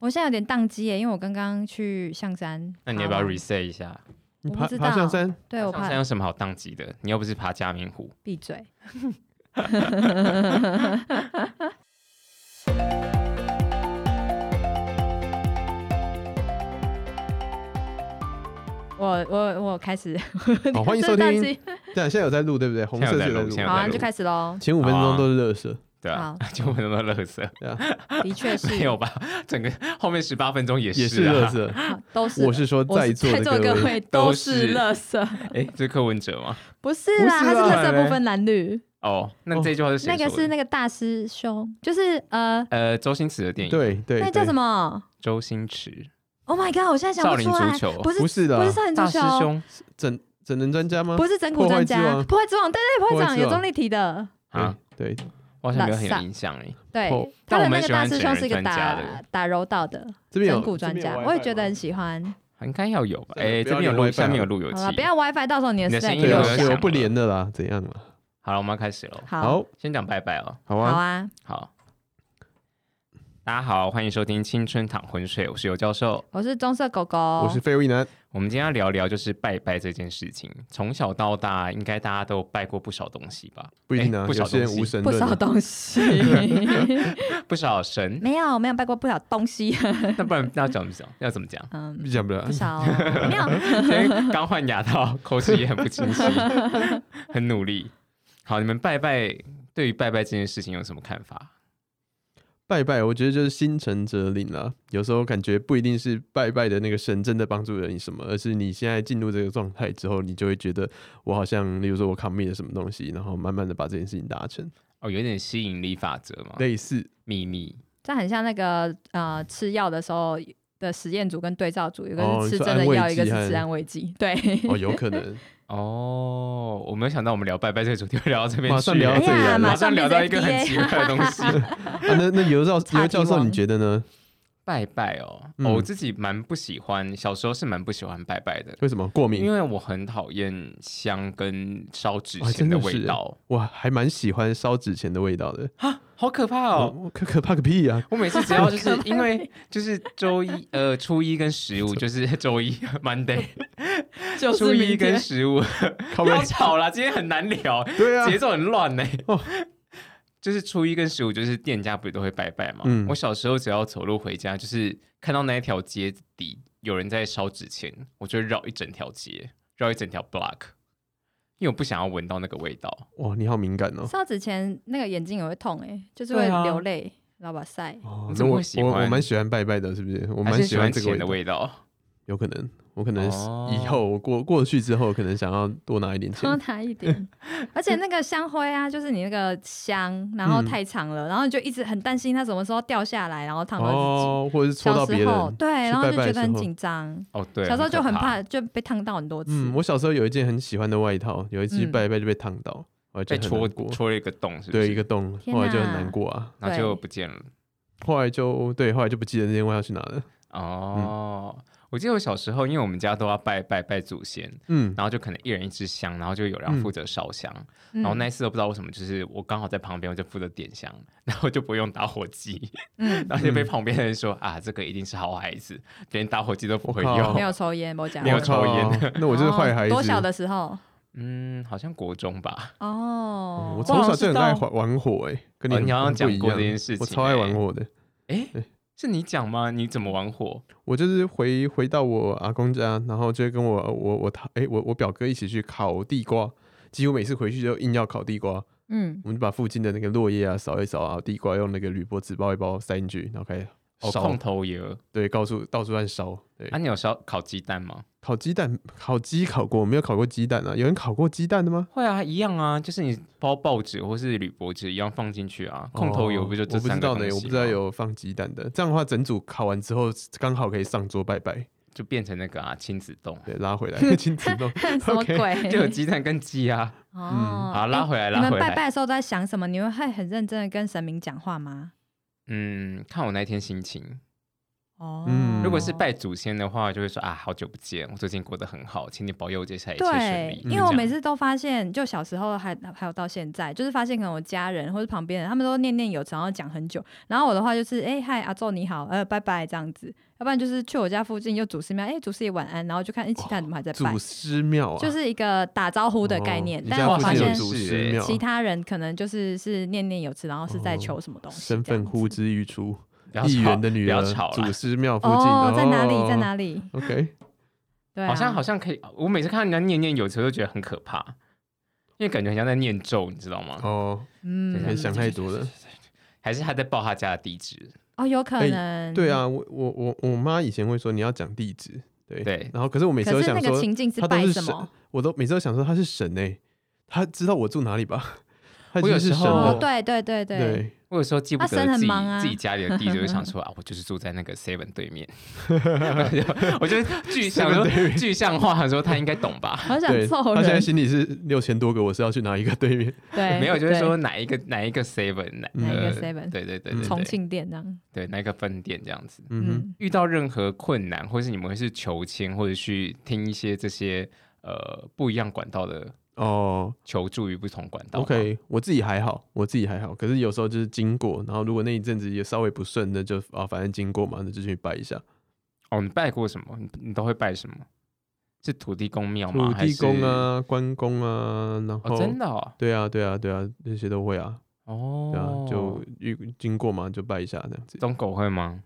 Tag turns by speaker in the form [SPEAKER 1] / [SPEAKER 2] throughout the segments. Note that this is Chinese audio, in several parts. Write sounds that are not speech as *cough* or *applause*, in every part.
[SPEAKER 1] 我现在有点宕机耶，因为我刚刚去象山。
[SPEAKER 2] 那你要不要
[SPEAKER 3] 啊
[SPEAKER 2] reset 一下？
[SPEAKER 1] 我
[SPEAKER 3] 你
[SPEAKER 1] 不
[SPEAKER 3] 爬
[SPEAKER 1] 知
[SPEAKER 3] 爬
[SPEAKER 1] 道 *laughs*
[SPEAKER 3] 象山，
[SPEAKER 1] 对我
[SPEAKER 2] 上山
[SPEAKER 1] 怕
[SPEAKER 2] 有什么好宕机的？你又不是爬嘉明湖。
[SPEAKER 1] 闭嘴。 *laughs* 我我我开始，
[SPEAKER 3] 好，哦欢迎
[SPEAKER 1] *laughs*
[SPEAKER 3] 收
[SPEAKER 1] 这是
[SPEAKER 3] 听
[SPEAKER 1] 宕。机
[SPEAKER 3] 对啊，现在有在录，对不对？红色
[SPEAKER 2] 现
[SPEAKER 3] 是
[SPEAKER 2] 在有在录
[SPEAKER 3] 有在
[SPEAKER 2] 现
[SPEAKER 3] 录
[SPEAKER 2] 在
[SPEAKER 1] 好，啊
[SPEAKER 2] 有，
[SPEAKER 1] 那就开始喽。
[SPEAKER 3] 前五分
[SPEAKER 2] 好
[SPEAKER 3] 钟
[SPEAKER 2] 啊
[SPEAKER 3] 都是垃圾。
[SPEAKER 2] 对啊， *laughs* 就闻到垃圾，
[SPEAKER 1] 的确是，
[SPEAKER 2] 没有吧？整个后面十八分钟也
[SPEAKER 3] 嗯也
[SPEAKER 2] 是
[SPEAKER 3] 乐
[SPEAKER 2] 啊。 *laughs*
[SPEAKER 3] 色。
[SPEAKER 1] 好都是
[SPEAKER 3] 我是说
[SPEAKER 1] 我
[SPEAKER 3] 在座的
[SPEAKER 1] 各
[SPEAKER 3] 各位，
[SPEAKER 1] 位
[SPEAKER 2] 都
[SPEAKER 1] 都
[SPEAKER 2] 是
[SPEAKER 1] 是垃圾，
[SPEAKER 2] 哎，这是柯文哲吗？
[SPEAKER 1] 不是啦，
[SPEAKER 3] 不
[SPEAKER 1] 他
[SPEAKER 3] 是
[SPEAKER 1] 是
[SPEAKER 3] 啦
[SPEAKER 1] 垃圾不分蓝绿。
[SPEAKER 2] 哦，那
[SPEAKER 3] 哦
[SPEAKER 2] 这句话是谁
[SPEAKER 1] 那个
[SPEAKER 2] 说的
[SPEAKER 1] 是那个大师兄，就是呃，
[SPEAKER 2] 呃周星驰的电影，，
[SPEAKER 3] 对对，
[SPEAKER 1] 那叫
[SPEAKER 3] 对
[SPEAKER 1] 什么
[SPEAKER 2] 周星驰
[SPEAKER 1] ？Oh my god！我现在想
[SPEAKER 2] 少
[SPEAKER 1] 不
[SPEAKER 2] 林
[SPEAKER 1] 出来
[SPEAKER 2] 足球，
[SPEAKER 1] 不是
[SPEAKER 3] 不是的
[SPEAKER 1] 不
[SPEAKER 3] 啊
[SPEAKER 1] 是少林
[SPEAKER 2] 大
[SPEAKER 1] 足
[SPEAKER 2] 师
[SPEAKER 1] 球，
[SPEAKER 2] 兄
[SPEAKER 3] 整整人专家吗？
[SPEAKER 1] 不是整蛊
[SPEAKER 3] 破
[SPEAKER 1] 专
[SPEAKER 3] 坏之
[SPEAKER 1] 家，
[SPEAKER 3] 王
[SPEAKER 1] 破坏之王，对对，破
[SPEAKER 3] 破
[SPEAKER 1] 坏
[SPEAKER 3] 坏
[SPEAKER 1] 之王
[SPEAKER 3] 之
[SPEAKER 1] 有
[SPEAKER 3] 王
[SPEAKER 1] 钟丽缇的，
[SPEAKER 2] 啊，
[SPEAKER 3] 对，对
[SPEAKER 2] 我好像没有很
[SPEAKER 1] 垃圾
[SPEAKER 2] 有印象哎。
[SPEAKER 1] 对
[SPEAKER 3] 破，
[SPEAKER 1] 他
[SPEAKER 2] 但我
[SPEAKER 1] 的那
[SPEAKER 2] 蛮
[SPEAKER 1] 个
[SPEAKER 2] 喜
[SPEAKER 1] 大
[SPEAKER 2] 欢
[SPEAKER 1] 师
[SPEAKER 2] 整
[SPEAKER 1] 兄
[SPEAKER 2] 人
[SPEAKER 1] 是一个
[SPEAKER 2] 专家
[SPEAKER 1] 打打柔道的
[SPEAKER 3] 这边有
[SPEAKER 1] 整蛊专家，我也觉得很喜欢。
[SPEAKER 2] 应该要有吧？
[SPEAKER 3] 真的
[SPEAKER 2] 哎，
[SPEAKER 3] 不
[SPEAKER 2] 这
[SPEAKER 3] 要
[SPEAKER 2] 边有
[SPEAKER 3] 连
[SPEAKER 2] 录，
[SPEAKER 3] WiFi
[SPEAKER 2] 下面有路由
[SPEAKER 1] 好
[SPEAKER 2] 器
[SPEAKER 1] 了，。不要 WiFi，到时候你的
[SPEAKER 2] 你的
[SPEAKER 1] s
[SPEAKER 2] 声
[SPEAKER 1] l
[SPEAKER 2] 音
[SPEAKER 3] 对啊
[SPEAKER 2] 有响，
[SPEAKER 3] 是我
[SPEAKER 2] 了
[SPEAKER 3] 不连的啦，怎样啊？
[SPEAKER 2] 好了，我们要开始了，
[SPEAKER 1] 好，
[SPEAKER 3] 好
[SPEAKER 2] 先讲拜拜哦。
[SPEAKER 3] 好
[SPEAKER 1] 好
[SPEAKER 3] 啊，
[SPEAKER 1] 啊，
[SPEAKER 2] 好，大家好，欢迎收听《青春淌浑水》，我是尤教授。
[SPEAKER 1] 我是棕色狗狗，
[SPEAKER 3] 我是废物一男，
[SPEAKER 2] 我们今天要聊聊就是拜拜这件事情。从小到大，应该大家都拜过不少东西吧？ *laughs*
[SPEAKER 3] 不一定啊，
[SPEAKER 2] 哎不少
[SPEAKER 3] 有些人
[SPEAKER 2] 东西
[SPEAKER 3] 无神
[SPEAKER 1] 不
[SPEAKER 3] 论
[SPEAKER 1] 少
[SPEAKER 3] 啊。
[SPEAKER 1] 东
[SPEAKER 3] *laughs*
[SPEAKER 1] 西，
[SPEAKER 2] 不少神， *laughs*
[SPEAKER 1] 没有没有拜过不少东西，
[SPEAKER 2] 那不然要怎么讲？要怎么讲？
[SPEAKER 1] 嗯，
[SPEAKER 3] 不讲不了
[SPEAKER 1] 不，少哦没有
[SPEAKER 2] 今天刚换牙套，口齿也很不清晰， *laughs* 很努力。好，你们拜拜，对于拜拜这件事情有什么看法？
[SPEAKER 3] 拜拜，我觉得就是心诚则灵啦。有时候感觉不一定是拜拜的那个神真的帮助了你什么，而是你现在进入这个状态之后，你就会觉得我好像，例如说我 commit 了什么东西，然后慢慢的把这件事情达成，
[SPEAKER 2] 哦，有点吸引力法则嘛，
[SPEAKER 3] 类似
[SPEAKER 2] 秘密。
[SPEAKER 1] 这很像那个呃吃药的时候的实验组跟对照组，有
[SPEAKER 3] 哦
[SPEAKER 1] 个是
[SPEAKER 3] 你
[SPEAKER 1] 吃
[SPEAKER 3] 说
[SPEAKER 1] 真的
[SPEAKER 3] 安慰
[SPEAKER 1] 药，一个
[SPEAKER 3] 剂
[SPEAKER 1] 是
[SPEAKER 3] 和
[SPEAKER 1] 吃安慰剂。对，
[SPEAKER 3] 哦，有可能
[SPEAKER 2] 哦，我没有想到我们聊拜拜这个主题会聊到这边去，
[SPEAKER 3] 马上聊到这里啊来了
[SPEAKER 2] 哎马
[SPEAKER 1] 马
[SPEAKER 2] 上
[SPEAKER 1] 上
[SPEAKER 2] 聊到一个很
[SPEAKER 1] BJPA
[SPEAKER 2] 奇怪的 *laughs* 东西。
[SPEAKER 3] 啊。那那尤教
[SPEAKER 1] 差
[SPEAKER 3] 尤
[SPEAKER 1] 题
[SPEAKER 3] 教授，
[SPEAKER 1] 王
[SPEAKER 3] 你觉得呢？
[SPEAKER 2] 拜拜哦，
[SPEAKER 3] 嗯
[SPEAKER 2] 哦我自己蛮不喜欢，小时候是蛮不喜欢拜拜的，
[SPEAKER 3] 为什么过敏
[SPEAKER 2] 因？为我很讨厌香跟烧纸
[SPEAKER 3] 哇
[SPEAKER 2] 钱
[SPEAKER 3] 真
[SPEAKER 2] 的
[SPEAKER 3] 的
[SPEAKER 2] 味
[SPEAKER 3] 是
[SPEAKER 2] 道，
[SPEAKER 3] 我还蛮喜欢烧纸钱的味道的。
[SPEAKER 2] 好可怕
[SPEAKER 3] 哦
[SPEAKER 2] 哦！，
[SPEAKER 3] 我可可怕个屁啊！
[SPEAKER 2] 我每次只要就是因为就是周一呃初一跟十五就是 *laughs* 周一 Monday
[SPEAKER 1] 就
[SPEAKER 2] 初
[SPEAKER 1] 是
[SPEAKER 2] 一
[SPEAKER 1] 明
[SPEAKER 2] 跟
[SPEAKER 1] 天
[SPEAKER 2] 十五
[SPEAKER 3] 靠
[SPEAKER 2] 不
[SPEAKER 3] 背
[SPEAKER 2] *laughs* 要吵啦，今天很难聊，
[SPEAKER 3] 对啊，
[SPEAKER 2] 节奏很乱呢、 *laughs*
[SPEAKER 3] 哦
[SPEAKER 2] 就是初一跟十五，就是店家不是都会拜拜嘛。
[SPEAKER 3] 嗯
[SPEAKER 2] 我小时候只要走路回家，就是看到那一条街底有人在烧纸钱，我就会绕一整条街，绕一整条 block，因为我不想要闻到那个味道。
[SPEAKER 3] 哇，你好敏感哦。
[SPEAKER 1] 烧纸前那个眼睛也会痛哎、就是
[SPEAKER 2] 对
[SPEAKER 1] 会
[SPEAKER 2] 啊
[SPEAKER 1] 流泪，老板塞。 *laughs*
[SPEAKER 3] 哦
[SPEAKER 2] 你，怎
[SPEAKER 3] 那
[SPEAKER 2] 么
[SPEAKER 3] 我
[SPEAKER 2] 会喜
[SPEAKER 3] 我
[SPEAKER 2] 欢
[SPEAKER 3] 我蛮喜欢拜拜的，是不是？我
[SPEAKER 2] 还
[SPEAKER 3] 蛮
[SPEAKER 2] 是
[SPEAKER 3] 喜
[SPEAKER 2] 欢
[SPEAKER 3] 这个
[SPEAKER 2] 钱
[SPEAKER 3] 味
[SPEAKER 2] 的
[SPEAKER 3] 道，
[SPEAKER 2] 味道。
[SPEAKER 3] 有可能，我可能是
[SPEAKER 2] 哦
[SPEAKER 3] 以后我过过去之后，可能想要多拿一点
[SPEAKER 1] 多
[SPEAKER 3] 钱。
[SPEAKER 1] 拿一
[SPEAKER 3] *laughs*
[SPEAKER 1] 点，而且那个香灰啊，就是你那个香，然后
[SPEAKER 3] 嗯
[SPEAKER 1] 太长了，然后你就一直很担心它什么时候掉下来，然后烫到自己。
[SPEAKER 3] 哦，或者是戳
[SPEAKER 1] 小
[SPEAKER 3] 到别
[SPEAKER 1] 时候
[SPEAKER 3] 人。
[SPEAKER 1] 对，然后
[SPEAKER 3] 拜
[SPEAKER 1] 就
[SPEAKER 3] 拜
[SPEAKER 1] 觉得
[SPEAKER 3] 的时
[SPEAKER 1] 很
[SPEAKER 3] 候
[SPEAKER 1] 紧张，
[SPEAKER 2] 哦，对，
[SPEAKER 1] 小时候就很
[SPEAKER 2] 可
[SPEAKER 1] 怕就被烫到很多次。
[SPEAKER 3] 嗯，我小时候有一件很喜欢的外套，有一次
[SPEAKER 1] 嗯
[SPEAKER 3] 拜拜就被烫到，我还
[SPEAKER 2] 被
[SPEAKER 3] 觉得很
[SPEAKER 2] 戳
[SPEAKER 3] 难过，
[SPEAKER 2] 戳了一个洞，是不是？
[SPEAKER 3] 对一个，洞，
[SPEAKER 1] 天
[SPEAKER 3] 后来就很
[SPEAKER 1] 哪
[SPEAKER 3] 难过啊。
[SPEAKER 2] 然后就不见了。
[SPEAKER 3] 后来就对，后来就不记得那件外套去哪了。
[SPEAKER 2] 哦，我记得我小时候，因为我们家都要拜拜拜祖先， *laughs*
[SPEAKER 3] 嗯，
[SPEAKER 2] 然后就可能一人一支香，然后就有人要负责烧香。
[SPEAKER 1] 嗯
[SPEAKER 2] 然后那一次都不知道为什么，就是我刚好在旁边，我就负责点香，然后就不用打火机，
[SPEAKER 3] *laughs*
[SPEAKER 1] 嗯，
[SPEAKER 2] 然后就被旁边的人说、啊，这个一定是好孩子，连打火机都不会
[SPEAKER 3] 我靠
[SPEAKER 1] 没
[SPEAKER 2] 用。
[SPEAKER 1] 有抽烟，没讲，哦
[SPEAKER 2] 没有抽烟
[SPEAKER 3] 我靠，那我就是坏孩子。
[SPEAKER 1] 多小的时候
[SPEAKER 2] 嗯，好像国中吧，
[SPEAKER 1] 哦
[SPEAKER 3] 嗯我，
[SPEAKER 2] 哇
[SPEAKER 3] 从小
[SPEAKER 2] 我知
[SPEAKER 3] 就很爱
[SPEAKER 2] 道
[SPEAKER 3] 玩玩火、欸，哎，跟你
[SPEAKER 2] 哦
[SPEAKER 3] 很、
[SPEAKER 2] 你好像
[SPEAKER 3] 很不
[SPEAKER 2] 讲
[SPEAKER 3] 一
[SPEAKER 2] 过
[SPEAKER 3] 样
[SPEAKER 2] 这件事
[SPEAKER 3] 我
[SPEAKER 2] 情
[SPEAKER 3] 超爱
[SPEAKER 2] 欸
[SPEAKER 3] 玩火的。
[SPEAKER 2] 是你讲吗？你怎么玩火？
[SPEAKER 3] 我就是回回到我阿公家，然后就跟我我我他哎、我我表哥一起去烤地瓜，几乎每次回去就硬要烤地瓜，
[SPEAKER 1] 嗯，
[SPEAKER 3] *laughs* 我们就把附近的那个落叶啊扫一扫啊，地瓜用那个铝箔纸包一包塞进去，然后开始
[SPEAKER 2] 哦，
[SPEAKER 3] 烧，
[SPEAKER 2] 空投也有。
[SPEAKER 3] 对，到处到处乱烧。对，
[SPEAKER 2] 啊，你有烧烤鸡蛋吗？
[SPEAKER 3] 烤鸡蛋，烤鸡烤过，我没有烤过鸡蛋啊，有人烤过鸡蛋的吗？
[SPEAKER 2] 会啊，一样啊，就是你包报纸或是铝箔纸一样放进去啊。空投油
[SPEAKER 3] 哦
[SPEAKER 2] 不就
[SPEAKER 3] 我
[SPEAKER 2] 这
[SPEAKER 3] 不知
[SPEAKER 2] 三个
[SPEAKER 3] 道
[SPEAKER 2] 东，
[SPEAKER 3] 呢
[SPEAKER 2] 西
[SPEAKER 3] 我不知道
[SPEAKER 2] 吗
[SPEAKER 3] 有放鸡蛋的。这样的话，整组烤完之后，刚好可以上桌拜拜。
[SPEAKER 2] 就变成那个啊亲子
[SPEAKER 1] *laughs*
[SPEAKER 2] 洞，
[SPEAKER 3] 对，拉回来，亲子弄。
[SPEAKER 1] 什么
[SPEAKER 3] OK，嗯
[SPEAKER 1] 鬼？
[SPEAKER 2] 就有鸡蛋跟鸡啊。
[SPEAKER 1] 哦，
[SPEAKER 2] 好，拉回来，
[SPEAKER 1] 哎
[SPEAKER 2] 拉
[SPEAKER 1] 你
[SPEAKER 2] 回
[SPEAKER 1] 们拜
[SPEAKER 2] 来。
[SPEAKER 1] 拜的时候都在想什么？你们会很认真的跟神明讲话吗？
[SPEAKER 2] 嗯，看我那一天心情。
[SPEAKER 1] 哦
[SPEAKER 3] 嗯
[SPEAKER 2] 如果是拜祖先的话，就会说啊，好久不见，我最近过得很好，请你保佑我接下来一切顺
[SPEAKER 1] 对
[SPEAKER 2] 利，。嗯
[SPEAKER 1] 因为我每
[SPEAKER 2] 次
[SPEAKER 1] 次都发现，就小时候还还有到现在，就是发现可能我家人或者旁边人，他们都念念有词，然后讲很久。然后我的话就是，哎、嗨阿宙你好，呃拜拜这样子。要不然就是去我家附近又祖师庙，哎、祖师爷晚安，然后就看哎、其他人怎么还在拜，
[SPEAKER 3] 哦祖师庙啊，
[SPEAKER 1] 就是一个打招呼的概念。
[SPEAKER 3] 哦你
[SPEAKER 1] 但
[SPEAKER 3] 家
[SPEAKER 1] 我
[SPEAKER 3] 附
[SPEAKER 1] 发
[SPEAKER 3] 近有
[SPEAKER 1] 现
[SPEAKER 3] 祖
[SPEAKER 2] 是
[SPEAKER 3] 师
[SPEAKER 2] 欸
[SPEAKER 3] 庙啊，
[SPEAKER 1] 其他人可能就是是念念有词，然后是在求什么东西、
[SPEAKER 3] 身份呼之欲出，
[SPEAKER 2] 不要
[SPEAKER 3] 议
[SPEAKER 2] 吵
[SPEAKER 3] 员的女
[SPEAKER 2] 不
[SPEAKER 3] 儿
[SPEAKER 2] 要，吵
[SPEAKER 3] 祖
[SPEAKER 2] 了。
[SPEAKER 3] 师庙附
[SPEAKER 1] 这
[SPEAKER 3] 近，
[SPEAKER 1] 样子哦，在哪里？在
[SPEAKER 3] 里
[SPEAKER 1] 哪里？
[SPEAKER 3] ？OK，
[SPEAKER 1] 对、啊，
[SPEAKER 2] 好像好像可以，我每次看人家念念有词，都觉得很可怕，因为感觉很像在念咒，你知道吗？
[SPEAKER 3] 哦，
[SPEAKER 1] 嗯
[SPEAKER 3] 有
[SPEAKER 2] 对
[SPEAKER 3] 点想太多了。
[SPEAKER 2] 还是他在报他家的地址？
[SPEAKER 1] 哦，有可
[SPEAKER 3] 哎
[SPEAKER 1] 能、
[SPEAKER 3] 对。啊，我我我我妈以前会说你要讲地址， *laughs* 对
[SPEAKER 2] 对
[SPEAKER 3] 然后可是我每次
[SPEAKER 1] 可
[SPEAKER 3] 都
[SPEAKER 1] 是
[SPEAKER 3] 想
[SPEAKER 1] 那个
[SPEAKER 3] 说，
[SPEAKER 1] 情境是
[SPEAKER 3] 他都
[SPEAKER 1] 拜
[SPEAKER 3] 是
[SPEAKER 1] 什
[SPEAKER 3] 神
[SPEAKER 1] 么？
[SPEAKER 3] 我都每次都想说他是神哎，他知道我住哪里吧？他已
[SPEAKER 2] 我有
[SPEAKER 3] 经是
[SPEAKER 2] 时
[SPEAKER 3] 神
[SPEAKER 2] 候
[SPEAKER 1] 哦
[SPEAKER 3] 了，，
[SPEAKER 1] 对对对对，
[SPEAKER 3] 对，
[SPEAKER 2] 我有时候记不
[SPEAKER 1] 啊
[SPEAKER 2] 得
[SPEAKER 1] 神很
[SPEAKER 2] 自己、
[SPEAKER 1] 忙啊
[SPEAKER 2] 自己家里的地址，
[SPEAKER 1] *laughs*
[SPEAKER 2] 就想说啊，我就是住在那个 Seven 对
[SPEAKER 3] *laughs*
[SPEAKER 2] 面。我就具想说
[SPEAKER 3] Seven 对面
[SPEAKER 2] 具象化的时候，他应该懂吧？
[SPEAKER 1] 好想
[SPEAKER 3] 对，
[SPEAKER 1] 揍
[SPEAKER 3] 他现在
[SPEAKER 1] 人。
[SPEAKER 3] 心里是六千多个，我是要去哪一个对面？
[SPEAKER 1] 对，
[SPEAKER 2] *laughs* 没有，就是
[SPEAKER 1] 对
[SPEAKER 2] 说哪一个哪一个 Seven 哪
[SPEAKER 3] 哪一个
[SPEAKER 2] 呃
[SPEAKER 1] 7-Eleven
[SPEAKER 2] 对对对
[SPEAKER 3] 嗯
[SPEAKER 2] 对，
[SPEAKER 1] 重
[SPEAKER 2] 对
[SPEAKER 1] 庆店这样。
[SPEAKER 2] 对哪一个分店这样子。
[SPEAKER 3] 嗯哼，
[SPEAKER 1] 嗯，
[SPEAKER 2] 遇到任何困难，或是你们会是求签，或者去听一些这些呃不一样管道的
[SPEAKER 3] 哦
[SPEAKER 2] 求助于不同管道吗。
[SPEAKER 3] ，OK，我自己还好，我自己还好，可是有时候就是经过，然后如果那一阵子也稍微不顺，那就啊，反正经过嘛，那就去拜一下
[SPEAKER 2] 哦，你拜过什么？你你都会拜什么？是土地公庙吗？
[SPEAKER 3] 土
[SPEAKER 2] 还
[SPEAKER 3] 地
[SPEAKER 2] 是
[SPEAKER 3] 公？啊、关公啊，然后
[SPEAKER 2] 哦，真的哦，
[SPEAKER 3] 对啊，对啊，对啊，那些都会啊，对啊，
[SPEAKER 2] 哦，
[SPEAKER 3] 就遇经过嘛，就拜一下这样子。
[SPEAKER 2] 中狗会吗？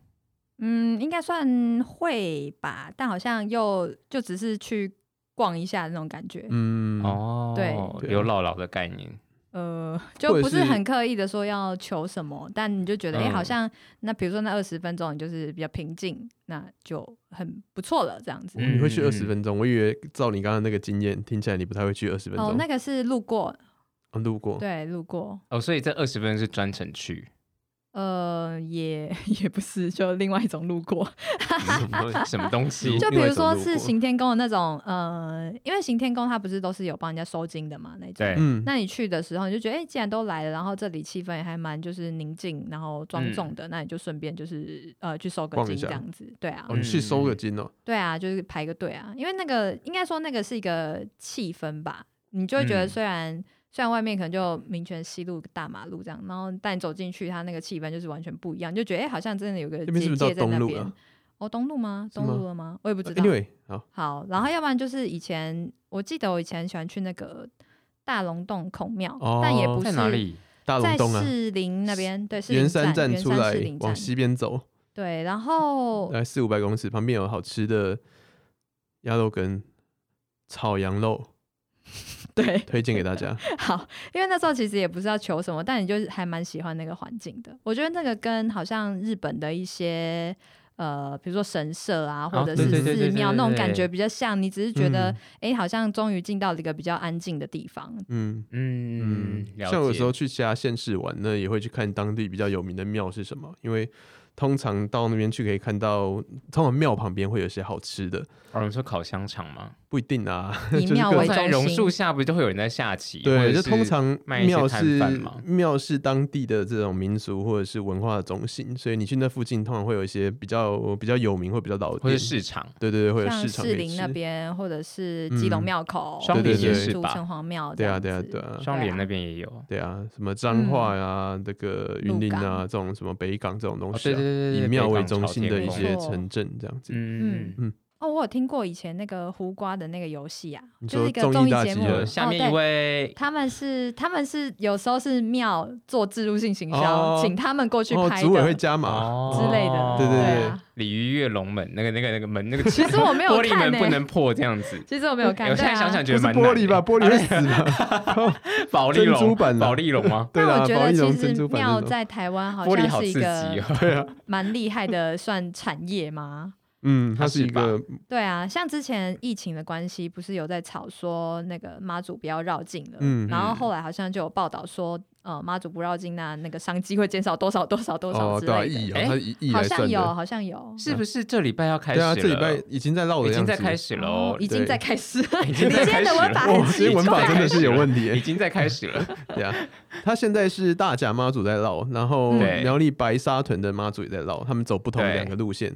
[SPEAKER 1] 嗯，应该算会吧，但好像又就只是去逛一下那种感觉。
[SPEAKER 3] 嗯，
[SPEAKER 2] 哦，
[SPEAKER 3] 对啊
[SPEAKER 2] 刘姥姥的概念，
[SPEAKER 1] 呃， *laughs* 就不
[SPEAKER 3] 或
[SPEAKER 1] 是
[SPEAKER 3] 者是
[SPEAKER 1] 很刻意的说要求什么，但你就觉得，哎、
[SPEAKER 2] 嗯
[SPEAKER 1] 好像那比如说那二十分钟，你就是比较平静，那就很不错了，这样子。
[SPEAKER 2] 嗯
[SPEAKER 3] 你会去二十分钟？我以为照你刚刚那个经验，听起来你不太会去二十分
[SPEAKER 1] 哦，
[SPEAKER 3] 钟
[SPEAKER 1] 那。个是路过，
[SPEAKER 3] 哦，路过，
[SPEAKER 1] 对，路过。
[SPEAKER 2] 哦，所以这二十分是专
[SPEAKER 1] *laughs*
[SPEAKER 2] 程去，
[SPEAKER 1] 呃，也 *laughs* 也不是，就另外一种路过。
[SPEAKER 2] 什么什么东
[SPEAKER 3] *laughs*
[SPEAKER 2] 西？
[SPEAKER 1] 就比
[SPEAKER 3] 另外一
[SPEAKER 1] 如
[SPEAKER 3] 种
[SPEAKER 1] 说
[SPEAKER 3] 路
[SPEAKER 1] 是
[SPEAKER 3] 过
[SPEAKER 1] 行天宫的那种，呃，因为行天宫它不是都是有帮人家收金的嘛，那种。
[SPEAKER 2] 对，
[SPEAKER 3] 嗯，
[SPEAKER 1] 那你去的时候，你就觉得，哎、既然都来了，然后这里气氛也还蛮就是宁静，然后庄重的，那你就顺便就是呃去收个
[SPEAKER 3] 嗯逛一
[SPEAKER 1] 金
[SPEAKER 3] 下
[SPEAKER 1] 这样子，对啊，
[SPEAKER 3] 哦，你去收个金哦，
[SPEAKER 1] 对啊，就是排个队啊，因为那个应该说那个是一个气氛吧，你就会觉得
[SPEAKER 2] 嗯
[SPEAKER 1] 虽然、虽然外面可能就民权西路大马路这样，然后但你走进去，它那个气氛就是完全不一样，你就觉得哎、诶好像真的有个
[SPEAKER 3] 那边是
[SPEAKER 1] 结
[SPEAKER 3] 不是到
[SPEAKER 1] 界在
[SPEAKER 3] 东
[SPEAKER 1] 那
[SPEAKER 3] 路
[SPEAKER 1] 边
[SPEAKER 3] 了？。
[SPEAKER 1] 哦，东路吗？
[SPEAKER 3] 是
[SPEAKER 1] 东
[SPEAKER 3] 吗呃
[SPEAKER 1] 路了吗？我也不知道。
[SPEAKER 3] Anyway，好，
[SPEAKER 1] 好，然后要不然就是以前，我记得我以前喜欢去那个大龙洞孔庙，
[SPEAKER 3] 哦
[SPEAKER 1] 但也不是
[SPEAKER 2] 在哪，里？
[SPEAKER 3] 大
[SPEAKER 1] 在
[SPEAKER 3] 龙洞啊，
[SPEAKER 1] 士林那边，对，士林
[SPEAKER 3] 圆山
[SPEAKER 1] 站
[SPEAKER 3] 站出来
[SPEAKER 1] 士林站
[SPEAKER 3] 往西边走，
[SPEAKER 1] 对，然后
[SPEAKER 3] *laughs* 大概四五百公尺，旁边有好吃的鸭肉羹、炒羊肉，
[SPEAKER 1] 对，
[SPEAKER 3] 推荐给大家。
[SPEAKER 1] 好，因为那时候其实也不是要求什么，但你就是还蛮喜欢那个环境的。我觉得那个跟好像日本的一些。呃，比如说神社啊，或
[SPEAKER 2] 哦
[SPEAKER 1] 者
[SPEAKER 2] 对
[SPEAKER 1] 是
[SPEAKER 2] 对对对
[SPEAKER 1] 寺
[SPEAKER 2] 对
[SPEAKER 1] 庙那种感
[SPEAKER 2] 对
[SPEAKER 1] 觉比较像，你只是 *laughs* 觉得
[SPEAKER 3] 嗯，
[SPEAKER 1] 哎、好像终于进到了一个比较安静的地
[SPEAKER 3] *laughs*
[SPEAKER 1] 方，
[SPEAKER 3] 嗯
[SPEAKER 2] 嗯
[SPEAKER 3] 嗯，，像有时候去其他县市玩呢，也会去看当地比较有名的庙是什么，因为通常到那边去可以看到，通常庙旁边会有一些好吃的，
[SPEAKER 2] 哦有人说烤香肠吗？
[SPEAKER 3] 不一定啊，
[SPEAKER 1] 以
[SPEAKER 3] 就是
[SPEAKER 1] 庙
[SPEAKER 3] 各
[SPEAKER 1] 为
[SPEAKER 3] 种
[SPEAKER 2] 在
[SPEAKER 1] 中
[SPEAKER 2] 榕
[SPEAKER 1] 心
[SPEAKER 2] 树下不是都会有人在下棋？或
[SPEAKER 3] 对，
[SPEAKER 2] 者
[SPEAKER 3] 就是通常
[SPEAKER 2] 卖一些
[SPEAKER 3] 庙
[SPEAKER 2] 摊
[SPEAKER 3] 是
[SPEAKER 2] 贩嘛
[SPEAKER 3] 庙是当地的这种民俗或者是文化的中心，所以你去那附近通常会有一些比较比较有名或比较老的
[SPEAKER 2] 或
[SPEAKER 3] 店
[SPEAKER 2] 者，市场，
[SPEAKER 3] 对对对，会有
[SPEAKER 1] 像
[SPEAKER 3] 市场
[SPEAKER 1] 士
[SPEAKER 3] 可以
[SPEAKER 1] 林那
[SPEAKER 3] 吃
[SPEAKER 1] 边，或者是基隆
[SPEAKER 3] 嗯
[SPEAKER 1] 庙口、
[SPEAKER 2] 双
[SPEAKER 3] 对
[SPEAKER 1] 民
[SPEAKER 3] 连也
[SPEAKER 2] 是吧
[SPEAKER 1] 城隍庙这
[SPEAKER 3] 对啊
[SPEAKER 1] 样子，嗯
[SPEAKER 3] 对啊对啊，
[SPEAKER 2] 双连那边也有。
[SPEAKER 3] 对啊，什么彰化呀、这个云林
[SPEAKER 1] 鹿
[SPEAKER 3] 啊，
[SPEAKER 1] 港
[SPEAKER 3] 这种什么北港这种东
[SPEAKER 2] 哦，
[SPEAKER 3] 西、
[SPEAKER 2] 对
[SPEAKER 3] 啊
[SPEAKER 2] 对对对，
[SPEAKER 3] 以
[SPEAKER 2] 对
[SPEAKER 3] 庙
[SPEAKER 2] 北
[SPEAKER 3] 为
[SPEAKER 2] 港
[SPEAKER 3] 中
[SPEAKER 2] 朝
[SPEAKER 3] 心
[SPEAKER 2] 天
[SPEAKER 3] 的一
[SPEAKER 2] 宫
[SPEAKER 3] 些
[SPEAKER 1] 没错
[SPEAKER 3] 城镇这样子。
[SPEAKER 2] 嗯，
[SPEAKER 1] 哦，我有听过以前那个胡瓜的那个游戏啊，
[SPEAKER 3] 你
[SPEAKER 1] 就是
[SPEAKER 3] 说
[SPEAKER 1] 一个
[SPEAKER 3] 综
[SPEAKER 1] 综
[SPEAKER 3] 艺
[SPEAKER 1] 艺
[SPEAKER 3] 大
[SPEAKER 1] 节
[SPEAKER 3] 集
[SPEAKER 1] 目。
[SPEAKER 3] 合
[SPEAKER 1] 哦
[SPEAKER 2] 有下面一。
[SPEAKER 1] 对
[SPEAKER 2] 位
[SPEAKER 1] 他们是他们是有时候是庙做植入性行销，
[SPEAKER 3] 哦
[SPEAKER 1] 请他们过去
[SPEAKER 3] 哦，
[SPEAKER 1] 拍的、
[SPEAKER 3] 组委会加码，
[SPEAKER 1] 之类的。
[SPEAKER 2] 哦
[SPEAKER 3] 对对对
[SPEAKER 1] 啊。
[SPEAKER 2] 鲤鱼跃龙门那个那个那个门那个
[SPEAKER 1] *laughs* 其实我没有
[SPEAKER 2] 玻璃
[SPEAKER 1] 看
[SPEAKER 2] 门
[SPEAKER 1] 呢
[SPEAKER 2] 不能破这样子。
[SPEAKER 1] 其实我 *laughs* 没有看，
[SPEAKER 2] 哎我现在
[SPEAKER 1] 对啊
[SPEAKER 2] 想想觉
[SPEAKER 3] 不
[SPEAKER 2] 得蛮
[SPEAKER 3] 是玻
[SPEAKER 2] 难
[SPEAKER 3] 璃
[SPEAKER 2] 的
[SPEAKER 3] 吧？玻璃会死吧？
[SPEAKER 2] 保利龙
[SPEAKER 3] 珍珠版啊
[SPEAKER 2] 保利龙吗？
[SPEAKER 3] *laughs* 对
[SPEAKER 1] 但
[SPEAKER 3] 啦，
[SPEAKER 1] 哎我觉
[SPEAKER 3] 保
[SPEAKER 1] 得
[SPEAKER 3] 利
[SPEAKER 1] 其
[SPEAKER 3] 龙
[SPEAKER 1] 实
[SPEAKER 3] 珍珠版
[SPEAKER 1] 庙
[SPEAKER 3] 那种，
[SPEAKER 1] 在台湾 *laughs* 好
[SPEAKER 2] 玻璃
[SPEAKER 1] 像
[SPEAKER 2] 好
[SPEAKER 1] 是一
[SPEAKER 2] 刺激
[SPEAKER 1] 个 *laughs*
[SPEAKER 2] 哦！
[SPEAKER 3] 对啊，
[SPEAKER 1] 蛮厉害的， *laughs* 算产业吗？
[SPEAKER 3] 嗯，它
[SPEAKER 2] 它
[SPEAKER 3] 是一
[SPEAKER 2] 是吧
[SPEAKER 3] 个
[SPEAKER 1] 对啊，像之前疫情的关系，不是有在吵说那个妈祖不要绕境了，
[SPEAKER 3] 嗯
[SPEAKER 1] 然后后来好像就有报道说，呃，妈祖不绕境，那那个商机会减少多少多少多少
[SPEAKER 3] 哦，
[SPEAKER 1] 之
[SPEAKER 3] 对啊，
[SPEAKER 1] 类的，
[SPEAKER 3] 亿啊，
[SPEAKER 2] 哎
[SPEAKER 3] 它是一亿
[SPEAKER 1] 好
[SPEAKER 3] 来
[SPEAKER 1] 像
[SPEAKER 3] 算
[SPEAKER 1] 有，
[SPEAKER 3] 的，
[SPEAKER 1] 好像有，
[SPEAKER 2] 是不是这礼拜要开始
[SPEAKER 3] 对
[SPEAKER 2] 了？
[SPEAKER 3] 啊，这礼拜已经在绕的
[SPEAKER 2] 已
[SPEAKER 3] 样
[SPEAKER 2] 经
[SPEAKER 3] 子，
[SPEAKER 2] 在开始了
[SPEAKER 1] 哦
[SPEAKER 2] 哦，
[SPEAKER 1] 已经
[SPEAKER 3] 对
[SPEAKER 1] 在开
[SPEAKER 2] *laughs*
[SPEAKER 1] 始了，
[SPEAKER 2] 已经在
[SPEAKER 1] 你今
[SPEAKER 2] 开
[SPEAKER 1] 天
[SPEAKER 2] 始
[SPEAKER 1] 的文
[SPEAKER 2] 了
[SPEAKER 1] 法
[SPEAKER 3] 哇，
[SPEAKER 1] 很
[SPEAKER 3] 这
[SPEAKER 1] 奇
[SPEAKER 3] 文法
[SPEAKER 1] 怪
[SPEAKER 3] 真的是有问
[SPEAKER 2] 已 *laughs*
[SPEAKER 3] 题，
[SPEAKER 2] 经在开始了。
[SPEAKER 3] 对啊，它现在是大甲妈祖在绕，然后
[SPEAKER 1] 嗯
[SPEAKER 2] 对
[SPEAKER 3] 苗栗白沙屯的妈祖也在绕，他们走不同的
[SPEAKER 2] 对
[SPEAKER 3] 两个路线，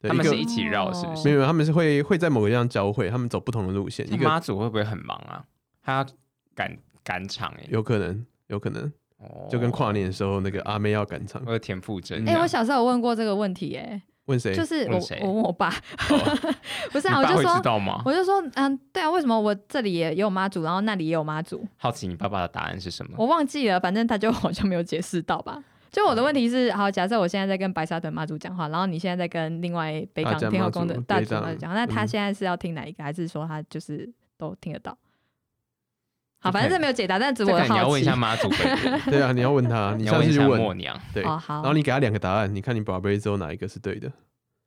[SPEAKER 3] 对
[SPEAKER 2] 他们
[SPEAKER 3] 一
[SPEAKER 2] 是
[SPEAKER 3] 个
[SPEAKER 2] 一起绕，是不是？
[SPEAKER 3] 没有，没有他们是会会在某个地方交汇，他们走不同的路线，一
[SPEAKER 2] 妈
[SPEAKER 3] 个
[SPEAKER 2] 祖会不会很忙啊？他要赶赶场哎、
[SPEAKER 3] 有可能，有可能
[SPEAKER 2] 哦
[SPEAKER 3] 就跟跨年的时候那个阿妹要赶场，
[SPEAKER 2] 我的田馥甄这
[SPEAKER 1] 哎、
[SPEAKER 2] 样，
[SPEAKER 1] 我小时候有问过这个问题、哎，
[SPEAKER 3] 问谁？
[SPEAKER 1] 就是
[SPEAKER 2] 啊问
[SPEAKER 1] 我
[SPEAKER 2] 谁哦
[SPEAKER 1] 我问我爸，不是
[SPEAKER 2] 你
[SPEAKER 1] 啊，
[SPEAKER 2] 爸
[SPEAKER 1] 我就
[SPEAKER 2] 会知
[SPEAKER 1] 说。
[SPEAKER 2] 道吗？
[SPEAKER 1] 我就说，嗯，对啊，为什么我这里也有妈祖，然后那里也有妈祖？
[SPEAKER 2] 好奇你爸爸的答案是什么？
[SPEAKER 1] 我忘记了，反正他就 *laughs* 好像没有解释到吧。就我的问题是，好，假设我现在在跟白沙屯妈祖讲话，然后你现在在跟另外北港
[SPEAKER 3] 大家
[SPEAKER 1] 天后
[SPEAKER 3] 妈祖
[SPEAKER 1] 宫的
[SPEAKER 3] 北
[SPEAKER 1] 大主
[SPEAKER 3] 港
[SPEAKER 1] 妈祖讲话，那他
[SPEAKER 3] 嗯
[SPEAKER 1] 现在是要听哪一个，还是说他就是都听得到？好，
[SPEAKER 2] 这
[SPEAKER 1] 反正
[SPEAKER 2] 可
[SPEAKER 1] 这没有解答，但只
[SPEAKER 2] 这
[SPEAKER 1] 是我
[SPEAKER 2] 可
[SPEAKER 1] 的
[SPEAKER 2] 能你要
[SPEAKER 1] 好
[SPEAKER 2] 问一
[SPEAKER 1] 奇
[SPEAKER 2] 下。妈祖本
[SPEAKER 1] *laughs*
[SPEAKER 3] *laughs*
[SPEAKER 2] 人，
[SPEAKER 3] 对啊，你要问他，
[SPEAKER 2] 你
[SPEAKER 3] 你
[SPEAKER 2] 要
[SPEAKER 3] 上
[SPEAKER 2] 问
[SPEAKER 3] 次
[SPEAKER 2] 一
[SPEAKER 3] 去
[SPEAKER 2] 下
[SPEAKER 3] 问，
[SPEAKER 2] 默娘。
[SPEAKER 3] 对，
[SPEAKER 1] 哦，好，
[SPEAKER 3] 然后你给他两个答案，你看你宝贝之后哪一个是对的？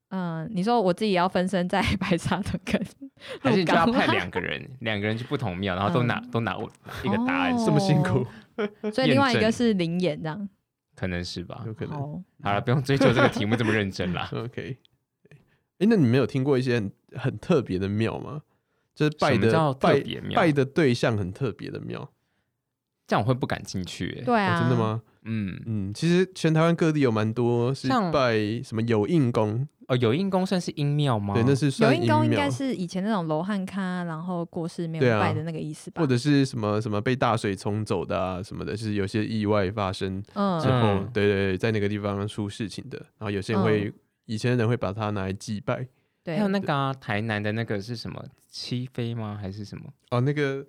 [SPEAKER 1] 嗯，你说我自己要分身在 *laughs* 白沙屯跟
[SPEAKER 3] *laughs*
[SPEAKER 2] 还
[SPEAKER 1] 鹿
[SPEAKER 2] 是你就要
[SPEAKER 1] 港
[SPEAKER 2] 派
[SPEAKER 1] 吗，
[SPEAKER 2] 两个人，两个人去不同庙，然后都拿、都拿我一个答案，
[SPEAKER 1] 嗯哦
[SPEAKER 3] 这么辛苦，
[SPEAKER 1] 所以另外一个是灵眼这样。
[SPEAKER 2] 可能是吧
[SPEAKER 3] *laughs* 有？可能。。
[SPEAKER 1] 哦，
[SPEAKER 2] 好了，不用追究这个题目这么认真啦
[SPEAKER 3] OK，哎，那你没有听过一些很很特别的庙吗？就是 *laughs* 拜
[SPEAKER 2] 什么
[SPEAKER 3] 的
[SPEAKER 2] 叫特
[SPEAKER 3] 拜
[SPEAKER 2] 别庙？
[SPEAKER 3] 拜的对象很特别的庙、哦
[SPEAKER 2] 这样我会不敢进去、欸。
[SPEAKER 1] 对啊，
[SPEAKER 3] 哎真的？吗？
[SPEAKER 2] 嗯，
[SPEAKER 3] 嗯，其实全台湾各地有蛮多是
[SPEAKER 2] 像
[SPEAKER 3] 拜什么有印宫，
[SPEAKER 2] 哦，有印宫算是阴庙吗？
[SPEAKER 3] 对，那是
[SPEAKER 1] 有
[SPEAKER 3] 算
[SPEAKER 1] 印宫应该
[SPEAKER 3] 庙
[SPEAKER 1] 是以前那种罗汉咖，然后过世没
[SPEAKER 3] 对
[SPEAKER 1] 有
[SPEAKER 3] 啊
[SPEAKER 1] 拜的那个意思吧？
[SPEAKER 3] 或者是什么什么被大水冲走的啊什么的，就是有些意外发生
[SPEAKER 1] 嗯
[SPEAKER 3] 之后，
[SPEAKER 2] 嗯
[SPEAKER 3] 对对对，在那个地方出事情的，然后有些人会、以前的人会把它拿来祭拜
[SPEAKER 1] 对，
[SPEAKER 2] 还有那个啊、台南的那个是什么七妃吗？还是什么？
[SPEAKER 3] 哦，那个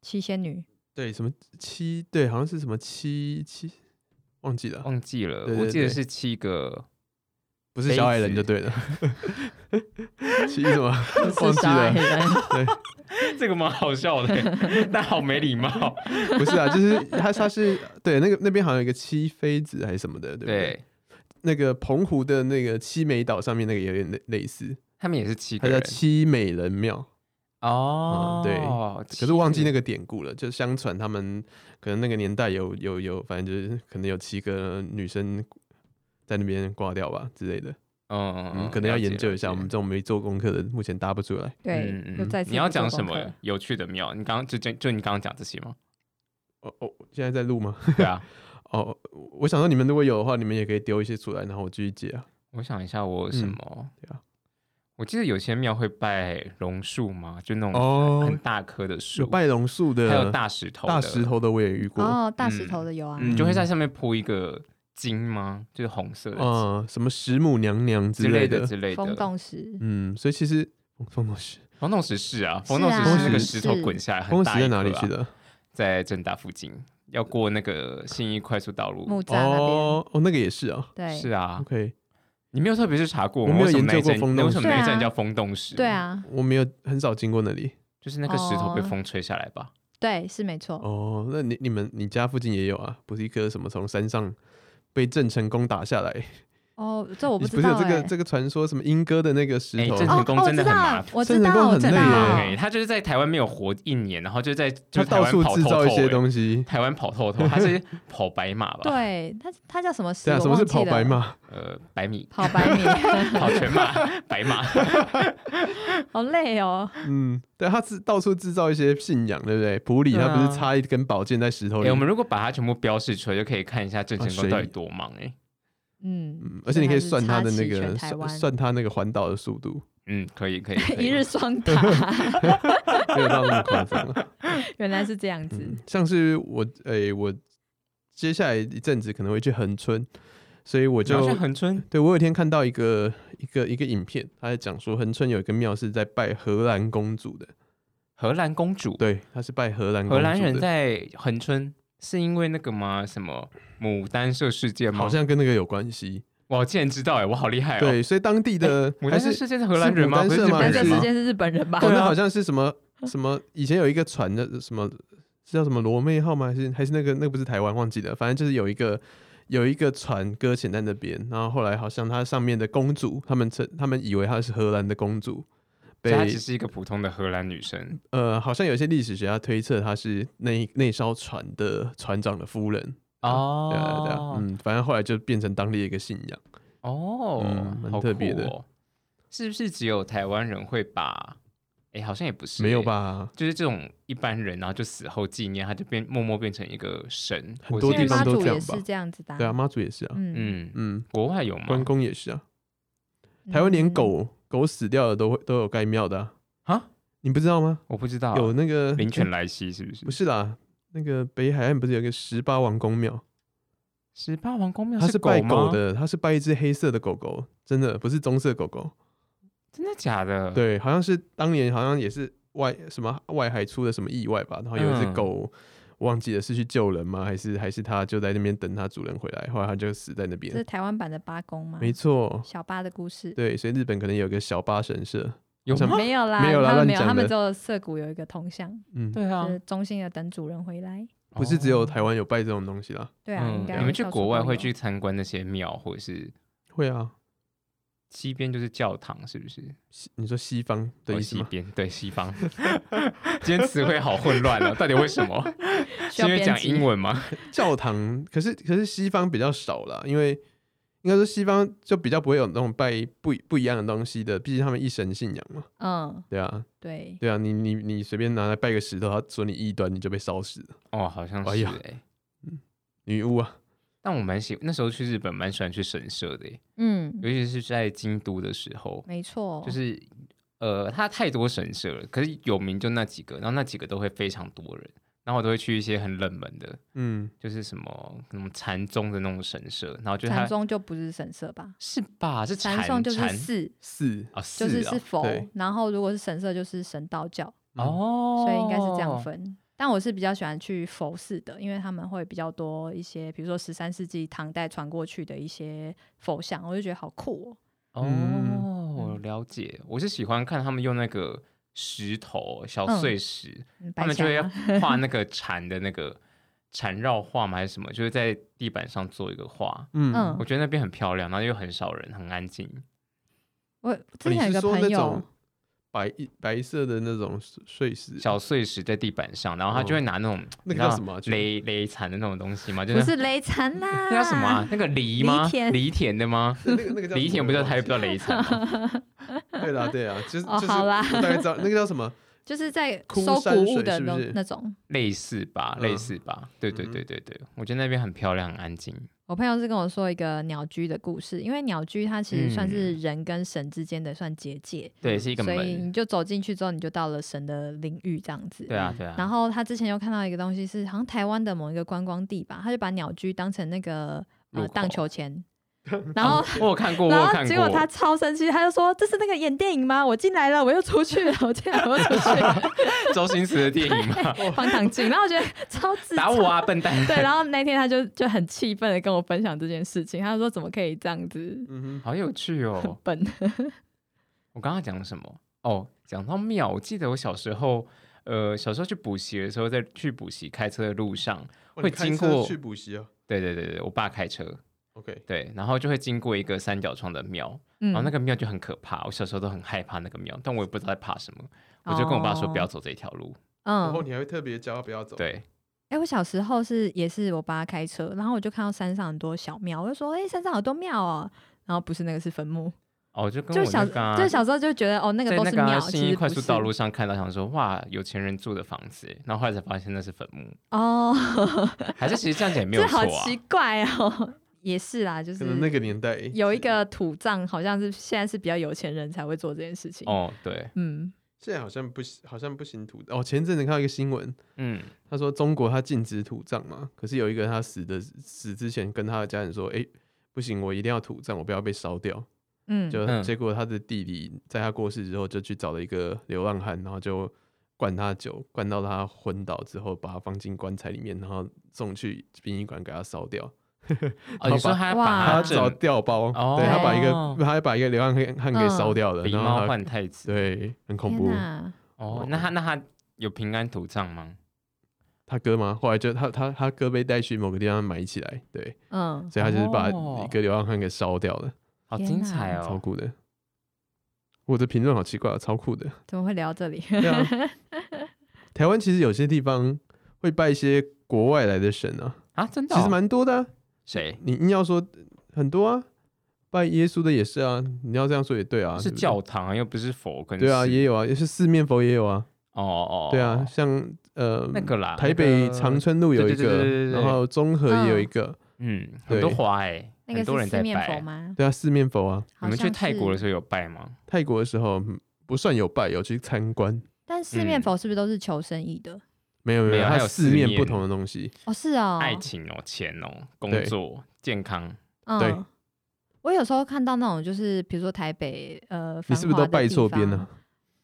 [SPEAKER 1] 七仙女，
[SPEAKER 3] 对什么七对，好像是什么七七忘记了，
[SPEAKER 2] 忘记了，
[SPEAKER 3] 对对
[SPEAKER 2] 我记得
[SPEAKER 3] 对
[SPEAKER 2] 是七个，
[SPEAKER 3] *laughs* 不是小矮人就对了，七什
[SPEAKER 2] *laughs*
[SPEAKER 3] 么 *laughs* 忘记了， *laughs*
[SPEAKER 2] 这个蛮好笑
[SPEAKER 1] *laughs*
[SPEAKER 2] 的，但好没礼貌。
[SPEAKER 3] 不是啊，就是他他是对那个那边好像有一个七妃子还是什么的，对不对？
[SPEAKER 2] 对
[SPEAKER 3] 那个澎湖的那个七美岛上面那个也有点类类似，
[SPEAKER 2] 他们也是七
[SPEAKER 3] 它
[SPEAKER 2] 个
[SPEAKER 3] 叫
[SPEAKER 2] 人
[SPEAKER 3] 七美人庙。
[SPEAKER 2] 哦、
[SPEAKER 3] 嗯
[SPEAKER 2] 对
[SPEAKER 3] 可是忘记那个典故了，就相传他们可能那个年代有有有，反正就是可能有七个女生在那边挂掉吧之类的，
[SPEAKER 2] 嗯
[SPEAKER 3] 嗯，可能要研究一下，我们嗯
[SPEAKER 2] 们
[SPEAKER 3] 这种没做功课的目前答不出来。
[SPEAKER 1] 对，又再次
[SPEAKER 2] 嗯你要
[SPEAKER 1] 不做
[SPEAKER 2] 讲什
[SPEAKER 1] 功课
[SPEAKER 2] 么？有趣的庙？你刚刚就就就你刚刚讲这些
[SPEAKER 3] *laughs*
[SPEAKER 2] 吗？
[SPEAKER 3] 哦哦，现在在录吗？
[SPEAKER 2] 对啊，
[SPEAKER 3] 哦，我想说你们如果有的话，你们也可以丢一些出来，然后我继续解啊。
[SPEAKER 2] 我想一下，我有什么？
[SPEAKER 3] 对啊，
[SPEAKER 2] 我记得有些庙会拜榕树嘛，就那种
[SPEAKER 3] 哦
[SPEAKER 2] 嗯很，大棵的树，
[SPEAKER 3] 有拜榕树的，
[SPEAKER 2] 还有大石头的，
[SPEAKER 3] 大石，头的我也遇过，
[SPEAKER 1] 哦，大石头的有啊，
[SPEAKER 2] 嗯，你就会在上面铺一个金吗？就是红色的金
[SPEAKER 3] 嗯，什么石母娘娘
[SPEAKER 2] 之
[SPEAKER 3] 之
[SPEAKER 2] 类
[SPEAKER 3] 类
[SPEAKER 2] 的
[SPEAKER 3] 的，
[SPEAKER 2] 之类的。
[SPEAKER 1] 风洞石，
[SPEAKER 3] 嗯，所以其实风洞石，
[SPEAKER 2] 红洞石是啊，
[SPEAKER 1] 是
[SPEAKER 2] 红洞石
[SPEAKER 1] 啊
[SPEAKER 2] 是那个石
[SPEAKER 3] 是
[SPEAKER 2] 头滚下来很
[SPEAKER 3] 风洞
[SPEAKER 2] 大
[SPEAKER 3] 石
[SPEAKER 2] 一
[SPEAKER 3] 在哪里
[SPEAKER 2] 颗啊
[SPEAKER 3] 去的？
[SPEAKER 2] 在正大附近，要过那个信义快速道路。
[SPEAKER 1] 木栅那边，
[SPEAKER 3] 哦哦，那个也是啊。
[SPEAKER 1] 对，
[SPEAKER 2] 是啊，
[SPEAKER 3] OK，
[SPEAKER 2] 你没有特别去查过吗？
[SPEAKER 3] 我没有
[SPEAKER 2] 为什么那一
[SPEAKER 3] 研究过
[SPEAKER 2] 站
[SPEAKER 3] 风洞
[SPEAKER 2] 为什么那一
[SPEAKER 1] 石对
[SPEAKER 2] 站
[SPEAKER 1] 啊
[SPEAKER 2] 叫风洞石？
[SPEAKER 1] 对，啊，
[SPEAKER 3] 我没有很少经过那里。
[SPEAKER 2] 就是那个石头被
[SPEAKER 1] 哦
[SPEAKER 2] 风吹下来吧？
[SPEAKER 1] 对，是没错，
[SPEAKER 3] 哦，那你你们你家附近也有啊？不是一颗什么从山上被郑成功打下来？
[SPEAKER 1] 哦，这我
[SPEAKER 3] 不
[SPEAKER 1] 不
[SPEAKER 3] 是
[SPEAKER 1] 知
[SPEAKER 3] 有
[SPEAKER 1] 道
[SPEAKER 3] 这个
[SPEAKER 1] 哎。
[SPEAKER 3] 这个传说什么莺歌的那个石
[SPEAKER 2] 哎
[SPEAKER 3] 头？
[SPEAKER 2] 郑成
[SPEAKER 1] 哦，
[SPEAKER 2] 功
[SPEAKER 1] 哦，我
[SPEAKER 2] 真
[SPEAKER 1] 知
[SPEAKER 2] 的很麻
[SPEAKER 1] 道
[SPEAKER 2] 烦，
[SPEAKER 1] 我知
[SPEAKER 3] 郑成
[SPEAKER 1] 道，
[SPEAKER 3] 功
[SPEAKER 1] 我
[SPEAKER 3] 很
[SPEAKER 1] 知
[SPEAKER 3] 累
[SPEAKER 1] 道
[SPEAKER 3] 耶，
[SPEAKER 2] 对，他就是在台湾没有活一年，然后就在就
[SPEAKER 3] 啊他
[SPEAKER 2] 是台
[SPEAKER 3] 到
[SPEAKER 2] 湾
[SPEAKER 3] 处
[SPEAKER 2] 跑
[SPEAKER 3] 制
[SPEAKER 2] 透
[SPEAKER 3] 造一
[SPEAKER 2] 透
[SPEAKER 3] 些
[SPEAKER 2] 欸
[SPEAKER 3] 东西。
[SPEAKER 2] 台湾跑透透，他是跑白马吧？，
[SPEAKER 1] 对，啊他他叫什么石？
[SPEAKER 3] 对啊，
[SPEAKER 1] 我
[SPEAKER 3] 什么是
[SPEAKER 1] 忘记
[SPEAKER 3] 跑白
[SPEAKER 1] 了？
[SPEAKER 3] 马？
[SPEAKER 2] 呃，百米
[SPEAKER 1] 跑百
[SPEAKER 3] *laughs*
[SPEAKER 1] 米，
[SPEAKER 2] 跑全马，白马，哎
[SPEAKER 1] 好累哦。
[SPEAKER 3] 嗯，对，他是到处制造一些信仰，对不对？普里
[SPEAKER 2] 对
[SPEAKER 3] 他
[SPEAKER 2] 啊
[SPEAKER 3] 不是插一根宝剑在石头
[SPEAKER 2] 哎、
[SPEAKER 3] 里
[SPEAKER 2] 我？们如果把它全部标示出来，就可以看一下郑成
[SPEAKER 3] 啊
[SPEAKER 2] 功到
[SPEAKER 3] 谁
[SPEAKER 2] 底多忙哎、
[SPEAKER 1] 嗯，
[SPEAKER 3] 嗯，而且你可以算他的那
[SPEAKER 1] 所以他
[SPEAKER 3] 个
[SPEAKER 1] 是插旗全台
[SPEAKER 3] 算
[SPEAKER 1] 湾
[SPEAKER 3] 算他那个环岛的速度，
[SPEAKER 2] 嗯，可以，可以，可
[SPEAKER 1] *laughs*
[SPEAKER 2] 以
[SPEAKER 1] 一日双塔，
[SPEAKER 3] *laughs* 没有到那么夸张。啊
[SPEAKER 1] 原来是这样子
[SPEAKER 3] *laughs* 嗯。，像是我，诶、我接下来一阵子可能会去恒春，所以我
[SPEAKER 2] 你要
[SPEAKER 3] 就
[SPEAKER 2] 去恒春
[SPEAKER 3] 对我有一天看到一个一个一个影片，他在讲说恒春有一个庙是在拜荷兰公主的，
[SPEAKER 2] 荷兰公主，
[SPEAKER 3] 对，他是拜荷兰公
[SPEAKER 2] 荷
[SPEAKER 3] 主的
[SPEAKER 2] 兰人在恒春是因为那个吗？什么牡丹社事件吗？
[SPEAKER 3] 好像跟那个有关系，
[SPEAKER 2] 哇，我竟然知道哎、哎我好厉害哦！
[SPEAKER 3] 对，所以当地的、
[SPEAKER 2] 牡
[SPEAKER 3] 还
[SPEAKER 2] 丹
[SPEAKER 3] 是
[SPEAKER 2] 社事件是荷兰人吗？
[SPEAKER 3] 是牡丹
[SPEAKER 2] 不是
[SPEAKER 3] 社
[SPEAKER 2] 日
[SPEAKER 3] 吗
[SPEAKER 1] 但
[SPEAKER 2] 本
[SPEAKER 1] 这
[SPEAKER 2] 人吗
[SPEAKER 1] 时？间是日本人吧？
[SPEAKER 3] 哦，那
[SPEAKER 2] 啊
[SPEAKER 3] 好像是什么什么以前有一个船的什么是叫什么罗妹号吗？还是还是那个那个不是台湾忘记了，反正就是有一个有一个船搁浅在那边，然后后来好像它上面的公主，他们称他们以为她是荷兰的公主，
[SPEAKER 2] 所
[SPEAKER 3] 被
[SPEAKER 2] 以她只是一个普通的荷兰女生，
[SPEAKER 3] 呃好像有些历史学家推测她是那那艘船的船长的夫人，
[SPEAKER 2] 哦
[SPEAKER 3] 对啊对啊对啊，嗯，反正后来就变成当地一个信仰。
[SPEAKER 2] 哦，
[SPEAKER 3] 嗯蛮
[SPEAKER 2] 好
[SPEAKER 3] 特
[SPEAKER 2] 酷
[SPEAKER 3] 别的
[SPEAKER 2] 哦。是不是只有台湾人会把？哎、好像也不是、
[SPEAKER 3] 没有？吧？
[SPEAKER 2] 就是这种一般人，然后就死后纪念，他就变默默变成一个神，
[SPEAKER 3] 很
[SPEAKER 2] 或
[SPEAKER 3] 多
[SPEAKER 1] 因
[SPEAKER 2] 是一
[SPEAKER 1] 为
[SPEAKER 3] 地
[SPEAKER 2] 个
[SPEAKER 3] 方
[SPEAKER 1] 妈
[SPEAKER 3] 都
[SPEAKER 1] 祖
[SPEAKER 3] 这样
[SPEAKER 1] 也
[SPEAKER 3] 吧
[SPEAKER 1] 是这样子的。
[SPEAKER 3] 对啊，妈祖也是啊，
[SPEAKER 1] 嗯
[SPEAKER 2] 嗯，
[SPEAKER 3] 啊嗯，
[SPEAKER 2] 国外有吗？
[SPEAKER 3] 关公也是啊，台湾连
[SPEAKER 1] 嗯
[SPEAKER 3] 狗、狗死掉了都会都有盖庙的啊
[SPEAKER 2] 啊？
[SPEAKER 3] 你不知道吗？
[SPEAKER 2] 我不知道
[SPEAKER 3] 有那个
[SPEAKER 2] 灵
[SPEAKER 3] 哎
[SPEAKER 2] 啊犬莱西是不是
[SPEAKER 3] 不？是啦，那个北海岸不是有一个十八王公庙？
[SPEAKER 2] 十八王公庙
[SPEAKER 3] 它是拜
[SPEAKER 2] 狗
[SPEAKER 3] 狗
[SPEAKER 2] 吗，
[SPEAKER 3] 的，它是拜一只黑色的狗狗，真的不是棕色狗狗。
[SPEAKER 2] 真的假的？，
[SPEAKER 3] 对，好像是当年好像也是外什么外海出了什么意外吧，然后有一只
[SPEAKER 2] 嗯
[SPEAKER 3] 狗。忘记了是去救人吗？还是还是它就在那边等它主人回来，后来它就死在那
[SPEAKER 1] 这是
[SPEAKER 3] 边。
[SPEAKER 1] 台湾版的八公吗？
[SPEAKER 3] 没错，
[SPEAKER 1] 小八的故事。哦
[SPEAKER 3] 对，所以日本可能有个小八神社，
[SPEAKER 2] 有
[SPEAKER 3] 什
[SPEAKER 2] 吗？
[SPEAKER 1] 没有啦，
[SPEAKER 3] 没有啦
[SPEAKER 1] 他们
[SPEAKER 3] 乱
[SPEAKER 1] 没有，
[SPEAKER 3] 讲
[SPEAKER 1] 他们
[SPEAKER 3] 的
[SPEAKER 1] 只有涩谷有一个铜像，
[SPEAKER 3] 嗯，
[SPEAKER 2] 对啊
[SPEAKER 1] 就，是中心的等主人回来。
[SPEAKER 3] 不是只有
[SPEAKER 2] 哦
[SPEAKER 3] 台嗯湾有拜这种东西啦，
[SPEAKER 1] 对啊，应该
[SPEAKER 2] 嗯你们去
[SPEAKER 1] 到处
[SPEAKER 2] 国外
[SPEAKER 1] 都
[SPEAKER 2] 会
[SPEAKER 1] 有
[SPEAKER 2] 去参观那些庙，或者是
[SPEAKER 3] 会啊，
[SPEAKER 2] 西边就是教堂，是不是？
[SPEAKER 3] 西你说西方的
[SPEAKER 2] 哦
[SPEAKER 3] 意思
[SPEAKER 2] 西
[SPEAKER 3] 吗？
[SPEAKER 2] 边对西方。 *laughs* 今天词汇好混乱哦，到底为什么？
[SPEAKER 1] *laughs* 需
[SPEAKER 2] 是
[SPEAKER 1] 要
[SPEAKER 2] 因为
[SPEAKER 1] 编
[SPEAKER 2] 讲
[SPEAKER 1] 辑
[SPEAKER 2] 英文吗？ *laughs*
[SPEAKER 3] 教堂，可是可是西方比较少啦，因为应该说西方就比较不会有那种拜不一不一样的东西的，毕竟他们一神信仰嘛，
[SPEAKER 1] 嗯，
[SPEAKER 3] 对啊，
[SPEAKER 1] 对，
[SPEAKER 3] 对啊，你你你随便拿来拜个石头，他说你异端，你就被烧死了，
[SPEAKER 2] 哦，好像
[SPEAKER 3] 哎
[SPEAKER 2] 是
[SPEAKER 3] 呀
[SPEAKER 2] 哎、
[SPEAKER 3] 女巫啊，
[SPEAKER 2] 但我蛮喜，那时候去日本蛮喜欢去神社的耶，欸
[SPEAKER 1] 嗯，
[SPEAKER 2] 尤其是在京都的时候，
[SPEAKER 1] 没错，
[SPEAKER 2] 就是呃，它太多神社了，可是有名就那几个，然后那几个都会非常多人，然后我都会去一些很冷门的，
[SPEAKER 3] 嗯，
[SPEAKER 2] 就是什么什么禅宗的那种神社，然后就它
[SPEAKER 1] 禅宗就不是神社吧？
[SPEAKER 2] 是吧？是禅
[SPEAKER 1] 禅宗就是
[SPEAKER 2] 禅
[SPEAKER 1] 寺，
[SPEAKER 3] 四
[SPEAKER 2] 啊，
[SPEAKER 1] 就是是
[SPEAKER 2] 啊
[SPEAKER 1] 是佛
[SPEAKER 3] 对，
[SPEAKER 1] 然后如果是神社就是神道教，
[SPEAKER 2] 哦，
[SPEAKER 1] 所以应该是这样分。但我是比较喜欢去佛寺的，因为他们会比较多一些，比如说十三世纪唐代传过去的一些佛像，我就觉得好酷哦。
[SPEAKER 3] 嗯
[SPEAKER 2] 哦，我了解。我是喜欢看他们用那个石头小
[SPEAKER 1] 嗯
[SPEAKER 2] 碎石，
[SPEAKER 1] 嗯
[SPEAKER 2] 他
[SPEAKER 1] 白
[SPEAKER 2] 们就
[SPEAKER 1] 墙
[SPEAKER 2] 会
[SPEAKER 1] 啊 *laughs*
[SPEAKER 2] 画那个蝉的那个缠绕画嘛，还是什么，就是在地板上做一个画。
[SPEAKER 3] 嗯
[SPEAKER 1] 嗯
[SPEAKER 2] 我觉得那边很漂亮，然后又很少人，很安静。
[SPEAKER 1] 我
[SPEAKER 2] 哦
[SPEAKER 1] 之
[SPEAKER 3] 你
[SPEAKER 1] 前有一
[SPEAKER 3] 是
[SPEAKER 1] 个
[SPEAKER 3] 说
[SPEAKER 1] 朋
[SPEAKER 3] 那
[SPEAKER 1] 友
[SPEAKER 3] 种，白白色的那种碎石，
[SPEAKER 2] 小碎石在地板上，然后他
[SPEAKER 1] 嗯
[SPEAKER 2] 就会拿那种、你
[SPEAKER 3] 那个
[SPEAKER 2] 知道
[SPEAKER 3] 叫什么啊
[SPEAKER 2] 雷雷蝉的那种东西嘛，就 *laughs*
[SPEAKER 1] 不是雷禅啦，
[SPEAKER 2] 那叫什么、啊？那个梨吗
[SPEAKER 1] 犁？田嗯
[SPEAKER 2] 犁田的吗？
[SPEAKER 3] 那个那个叫
[SPEAKER 2] 犁
[SPEAKER 3] 什
[SPEAKER 2] 田
[SPEAKER 3] 么
[SPEAKER 2] 不叫
[SPEAKER 3] 我忘
[SPEAKER 2] 台不
[SPEAKER 3] 记
[SPEAKER 2] 叫雷
[SPEAKER 1] *laughs*
[SPEAKER 2] 惨吗？
[SPEAKER 3] 了对啦对啊，就是
[SPEAKER 1] 哦
[SPEAKER 3] 就是
[SPEAKER 1] 好啦
[SPEAKER 3] 我大概知道那个叫什么，
[SPEAKER 1] 就是在
[SPEAKER 3] 枯
[SPEAKER 1] 收
[SPEAKER 3] 山
[SPEAKER 1] 谷物
[SPEAKER 3] 水
[SPEAKER 1] 的
[SPEAKER 3] 是不
[SPEAKER 1] 那
[SPEAKER 3] 是
[SPEAKER 1] 那种。
[SPEAKER 2] 类似吧，
[SPEAKER 3] 嗯
[SPEAKER 2] 类似吧。对对
[SPEAKER 3] 嗯哼
[SPEAKER 2] 对对对，我觉得那边很漂亮，很安静。
[SPEAKER 1] 我朋友是跟我说一个鸟居的故事，因为鸟居它其实算是人跟神之间的算结界，
[SPEAKER 2] 对，嗯是一个
[SPEAKER 1] 所以你
[SPEAKER 2] 门。
[SPEAKER 1] 就走进去之后，你就到了神的领域这样子。
[SPEAKER 2] 对啊对啊。
[SPEAKER 1] 然后他之前又看到一个东西是好像台湾的某一个观光地吧，他就把鸟居当成那个
[SPEAKER 2] 入
[SPEAKER 1] 呃
[SPEAKER 2] 口
[SPEAKER 1] 荡秋
[SPEAKER 2] *laughs*
[SPEAKER 1] 千，然后。
[SPEAKER 2] 我有看过，我
[SPEAKER 1] 然
[SPEAKER 2] 有
[SPEAKER 1] 后
[SPEAKER 2] 看
[SPEAKER 1] 结果他
[SPEAKER 2] 过。
[SPEAKER 1] 超生气，他就说：“这是那个演电影吗？我进来了，我又出去了，我进来了我又出去
[SPEAKER 2] *laughs*
[SPEAKER 1] 了，
[SPEAKER 2] *laughs* 周星驰的电
[SPEAKER 1] *laughs*
[SPEAKER 2] 影嘛，
[SPEAKER 1] 荒唐镜。”然后我觉得超智障
[SPEAKER 2] 打我啊，笨蛋！
[SPEAKER 1] 对，然后那天他就就很气愤的跟我分享这件事情，他说怎么可以这样子
[SPEAKER 3] 嗯
[SPEAKER 2] 好有趣哦！
[SPEAKER 1] 笨？
[SPEAKER 2] 我刚刚讲什么？哦，讲到庙，我记得我小时候，呃，小时候去补习的时候，在去补习开车的路上，会
[SPEAKER 3] 哼，哦你开
[SPEAKER 2] 经
[SPEAKER 3] 车
[SPEAKER 2] 过
[SPEAKER 3] 去补习啊
[SPEAKER 2] 对对对对，我爸开车，
[SPEAKER 3] ，OK，
[SPEAKER 2] 对，然后就会经过一个三角窗的庙，
[SPEAKER 1] 嗯
[SPEAKER 2] 然哦后那个庙就很可怕，我小时候都很害怕那个庙，但我也不知道在怕什么，我就跟我爸说
[SPEAKER 1] 哦
[SPEAKER 2] 不要走这条路。
[SPEAKER 3] 然后
[SPEAKER 1] 嗯，
[SPEAKER 3] 你还会特别教他不要走，
[SPEAKER 2] 对，
[SPEAKER 1] 哎、我小时候是也是我爸开车，然后我就看到山上很多小庙，我就说：“哎、山上好多庙哦。”然后不是那个是坟墓，
[SPEAKER 2] 哦，我就跟
[SPEAKER 1] 就
[SPEAKER 2] 我
[SPEAKER 1] 小、
[SPEAKER 2] 那个啊、
[SPEAKER 1] 就小时候就觉得哦，那个
[SPEAKER 2] 在
[SPEAKER 1] 都
[SPEAKER 2] 那
[SPEAKER 1] 是
[SPEAKER 2] 个啊
[SPEAKER 1] 庙，
[SPEAKER 2] 新
[SPEAKER 1] 其
[SPEAKER 2] 义
[SPEAKER 1] 实
[SPEAKER 2] 快
[SPEAKER 1] 不
[SPEAKER 2] 速
[SPEAKER 1] 是
[SPEAKER 2] 道路上看到，想说哇，有钱人住的房子耶，然后后来才发现那是坟墓，
[SPEAKER 1] 哦， *laughs*
[SPEAKER 2] 还是其实这样子也没有
[SPEAKER 1] 这
[SPEAKER 2] 错
[SPEAKER 1] 好
[SPEAKER 2] 啊
[SPEAKER 1] 奇。怪哦，也是啦，就
[SPEAKER 3] 可
[SPEAKER 1] 是
[SPEAKER 3] 能那个年代
[SPEAKER 1] 有一
[SPEAKER 3] 是
[SPEAKER 1] 个土葬，好像是现在是比较有钱人才会做这件事情。
[SPEAKER 2] 哦，对，
[SPEAKER 1] 嗯，
[SPEAKER 3] 现在好像不行，好像不行土哦。前阵子看到一个新闻，
[SPEAKER 2] 嗯，
[SPEAKER 3] 他说中国他禁止土葬嘛，可是有一个他死的死之前跟他的家人说，哎、不行，我一定要土葬，我不要被烧掉。
[SPEAKER 1] 嗯，
[SPEAKER 3] 就
[SPEAKER 2] 嗯
[SPEAKER 3] 结果他的弟弟在他过世之后，就去找了一个流浪汉，然后就灌他酒，灌到他昏倒之后，把他放进棺材里面，然后送去殡仪馆给他烧掉。
[SPEAKER 2] 哦，你说他把
[SPEAKER 1] 哇
[SPEAKER 2] 他
[SPEAKER 3] 他
[SPEAKER 2] 整
[SPEAKER 3] 找调包，
[SPEAKER 2] 哦嗯
[SPEAKER 3] 对他把一个他把一个流浪汉给烧掉了，
[SPEAKER 2] 狸
[SPEAKER 3] 然
[SPEAKER 2] 猫
[SPEAKER 3] 后他
[SPEAKER 2] 换太子，
[SPEAKER 3] 对很恐
[SPEAKER 1] 天
[SPEAKER 3] 怖。
[SPEAKER 1] 哪
[SPEAKER 2] 哦，那他那他有平安土葬吗？
[SPEAKER 3] 他哥吗？后来就他他他哥被带去某个地方埋起来，对，
[SPEAKER 1] 嗯，
[SPEAKER 3] 所以他就是把
[SPEAKER 2] 哦
[SPEAKER 3] 一个流浪汉给烧掉了，
[SPEAKER 2] 好
[SPEAKER 1] 天
[SPEAKER 2] 精彩
[SPEAKER 1] 哪
[SPEAKER 3] 超
[SPEAKER 2] 哦！
[SPEAKER 3] 酷的。我的评论好奇怪、哦，超酷的。
[SPEAKER 1] 怎么会聊到这里？*laughs*
[SPEAKER 3] 对啊，台湾其实有些地方会拜一些国外来的神啊，
[SPEAKER 2] 啊，真的
[SPEAKER 3] 其实
[SPEAKER 2] 哦
[SPEAKER 3] 蛮多的啊、
[SPEAKER 2] 谁
[SPEAKER 3] 你硬要说很多啊，拜耶稣的也是啊，你要这样说也对啊，
[SPEAKER 2] 是
[SPEAKER 3] 对不对
[SPEAKER 2] 教堂啊又不是佛跟
[SPEAKER 3] 对啊，
[SPEAKER 2] 寺
[SPEAKER 3] 也有啊，也是四面佛也有啊，
[SPEAKER 2] 哦哦，哦
[SPEAKER 3] 对啊，像呃
[SPEAKER 2] 那个啦，
[SPEAKER 3] 台北
[SPEAKER 2] 那个
[SPEAKER 3] 长春路有一
[SPEAKER 2] 对对对对
[SPEAKER 3] 个，
[SPEAKER 2] 对对
[SPEAKER 3] 然后中和也有一个，
[SPEAKER 2] 嗯，很
[SPEAKER 3] 对
[SPEAKER 2] 多花哎，
[SPEAKER 1] 那
[SPEAKER 2] 很
[SPEAKER 1] 个
[SPEAKER 2] 多
[SPEAKER 1] 是
[SPEAKER 2] 人
[SPEAKER 1] 四
[SPEAKER 2] 在
[SPEAKER 1] 面佛
[SPEAKER 2] 拜。
[SPEAKER 1] 吗？
[SPEAKER 3] 对啊，四面佛啊，
[SPEAKER 2] 你
[SPEAKER 1] 好
[SPEAKER 2] 们
[SPEAKER 1] 像
[SPEAKER 2] 去泰国的
[SPEAKER 1] 是
[SPEAKER 2] 时候有拜吗？
[SPEAKER 3] 泰国的时候嗯不算有拜，有去参观，
[SPEAKER 1] 但四面
[SPEAKER 2] 嗯
[SPEAKER 1] 佛是不是都是求生意的？
[SPEAKER 3] 没有
[SPEAKER 2] 没有
[SPEAKER 3] 有，
[SPEAKER 2] 还
[SPEAKER 3] 它
[SPEAKER 2] 有
[SPEAKER 3] 四
[SPEAKER 2] 四
[SPEAKER 3] 面
[SPEAKER 2] 面
[SPEAKER 3] 不同的东西，
[SPEAKER 1] 哦，是哦，
[SPEAKER 2] 爱情哦，钱哦，工
[SPEAKER 3] 对
[SPEAKER 2] 作、健康，
[SPEAKER 1] 嗯
[SPEAKER 3] 对
[SPEAKER 1] 我有时候看到那种，就是比如说台北，呃，
[SPEAKER 3] 你
[SPEAKER 1] 繁
[SPEAKER 3] 是不是都
[SPEAKER 1] 华的
[SPEAKER 3] 拜
[SPEAKER 1] 地
[SPEAKER 3] 错边呢
[SPEAKER 1] 方？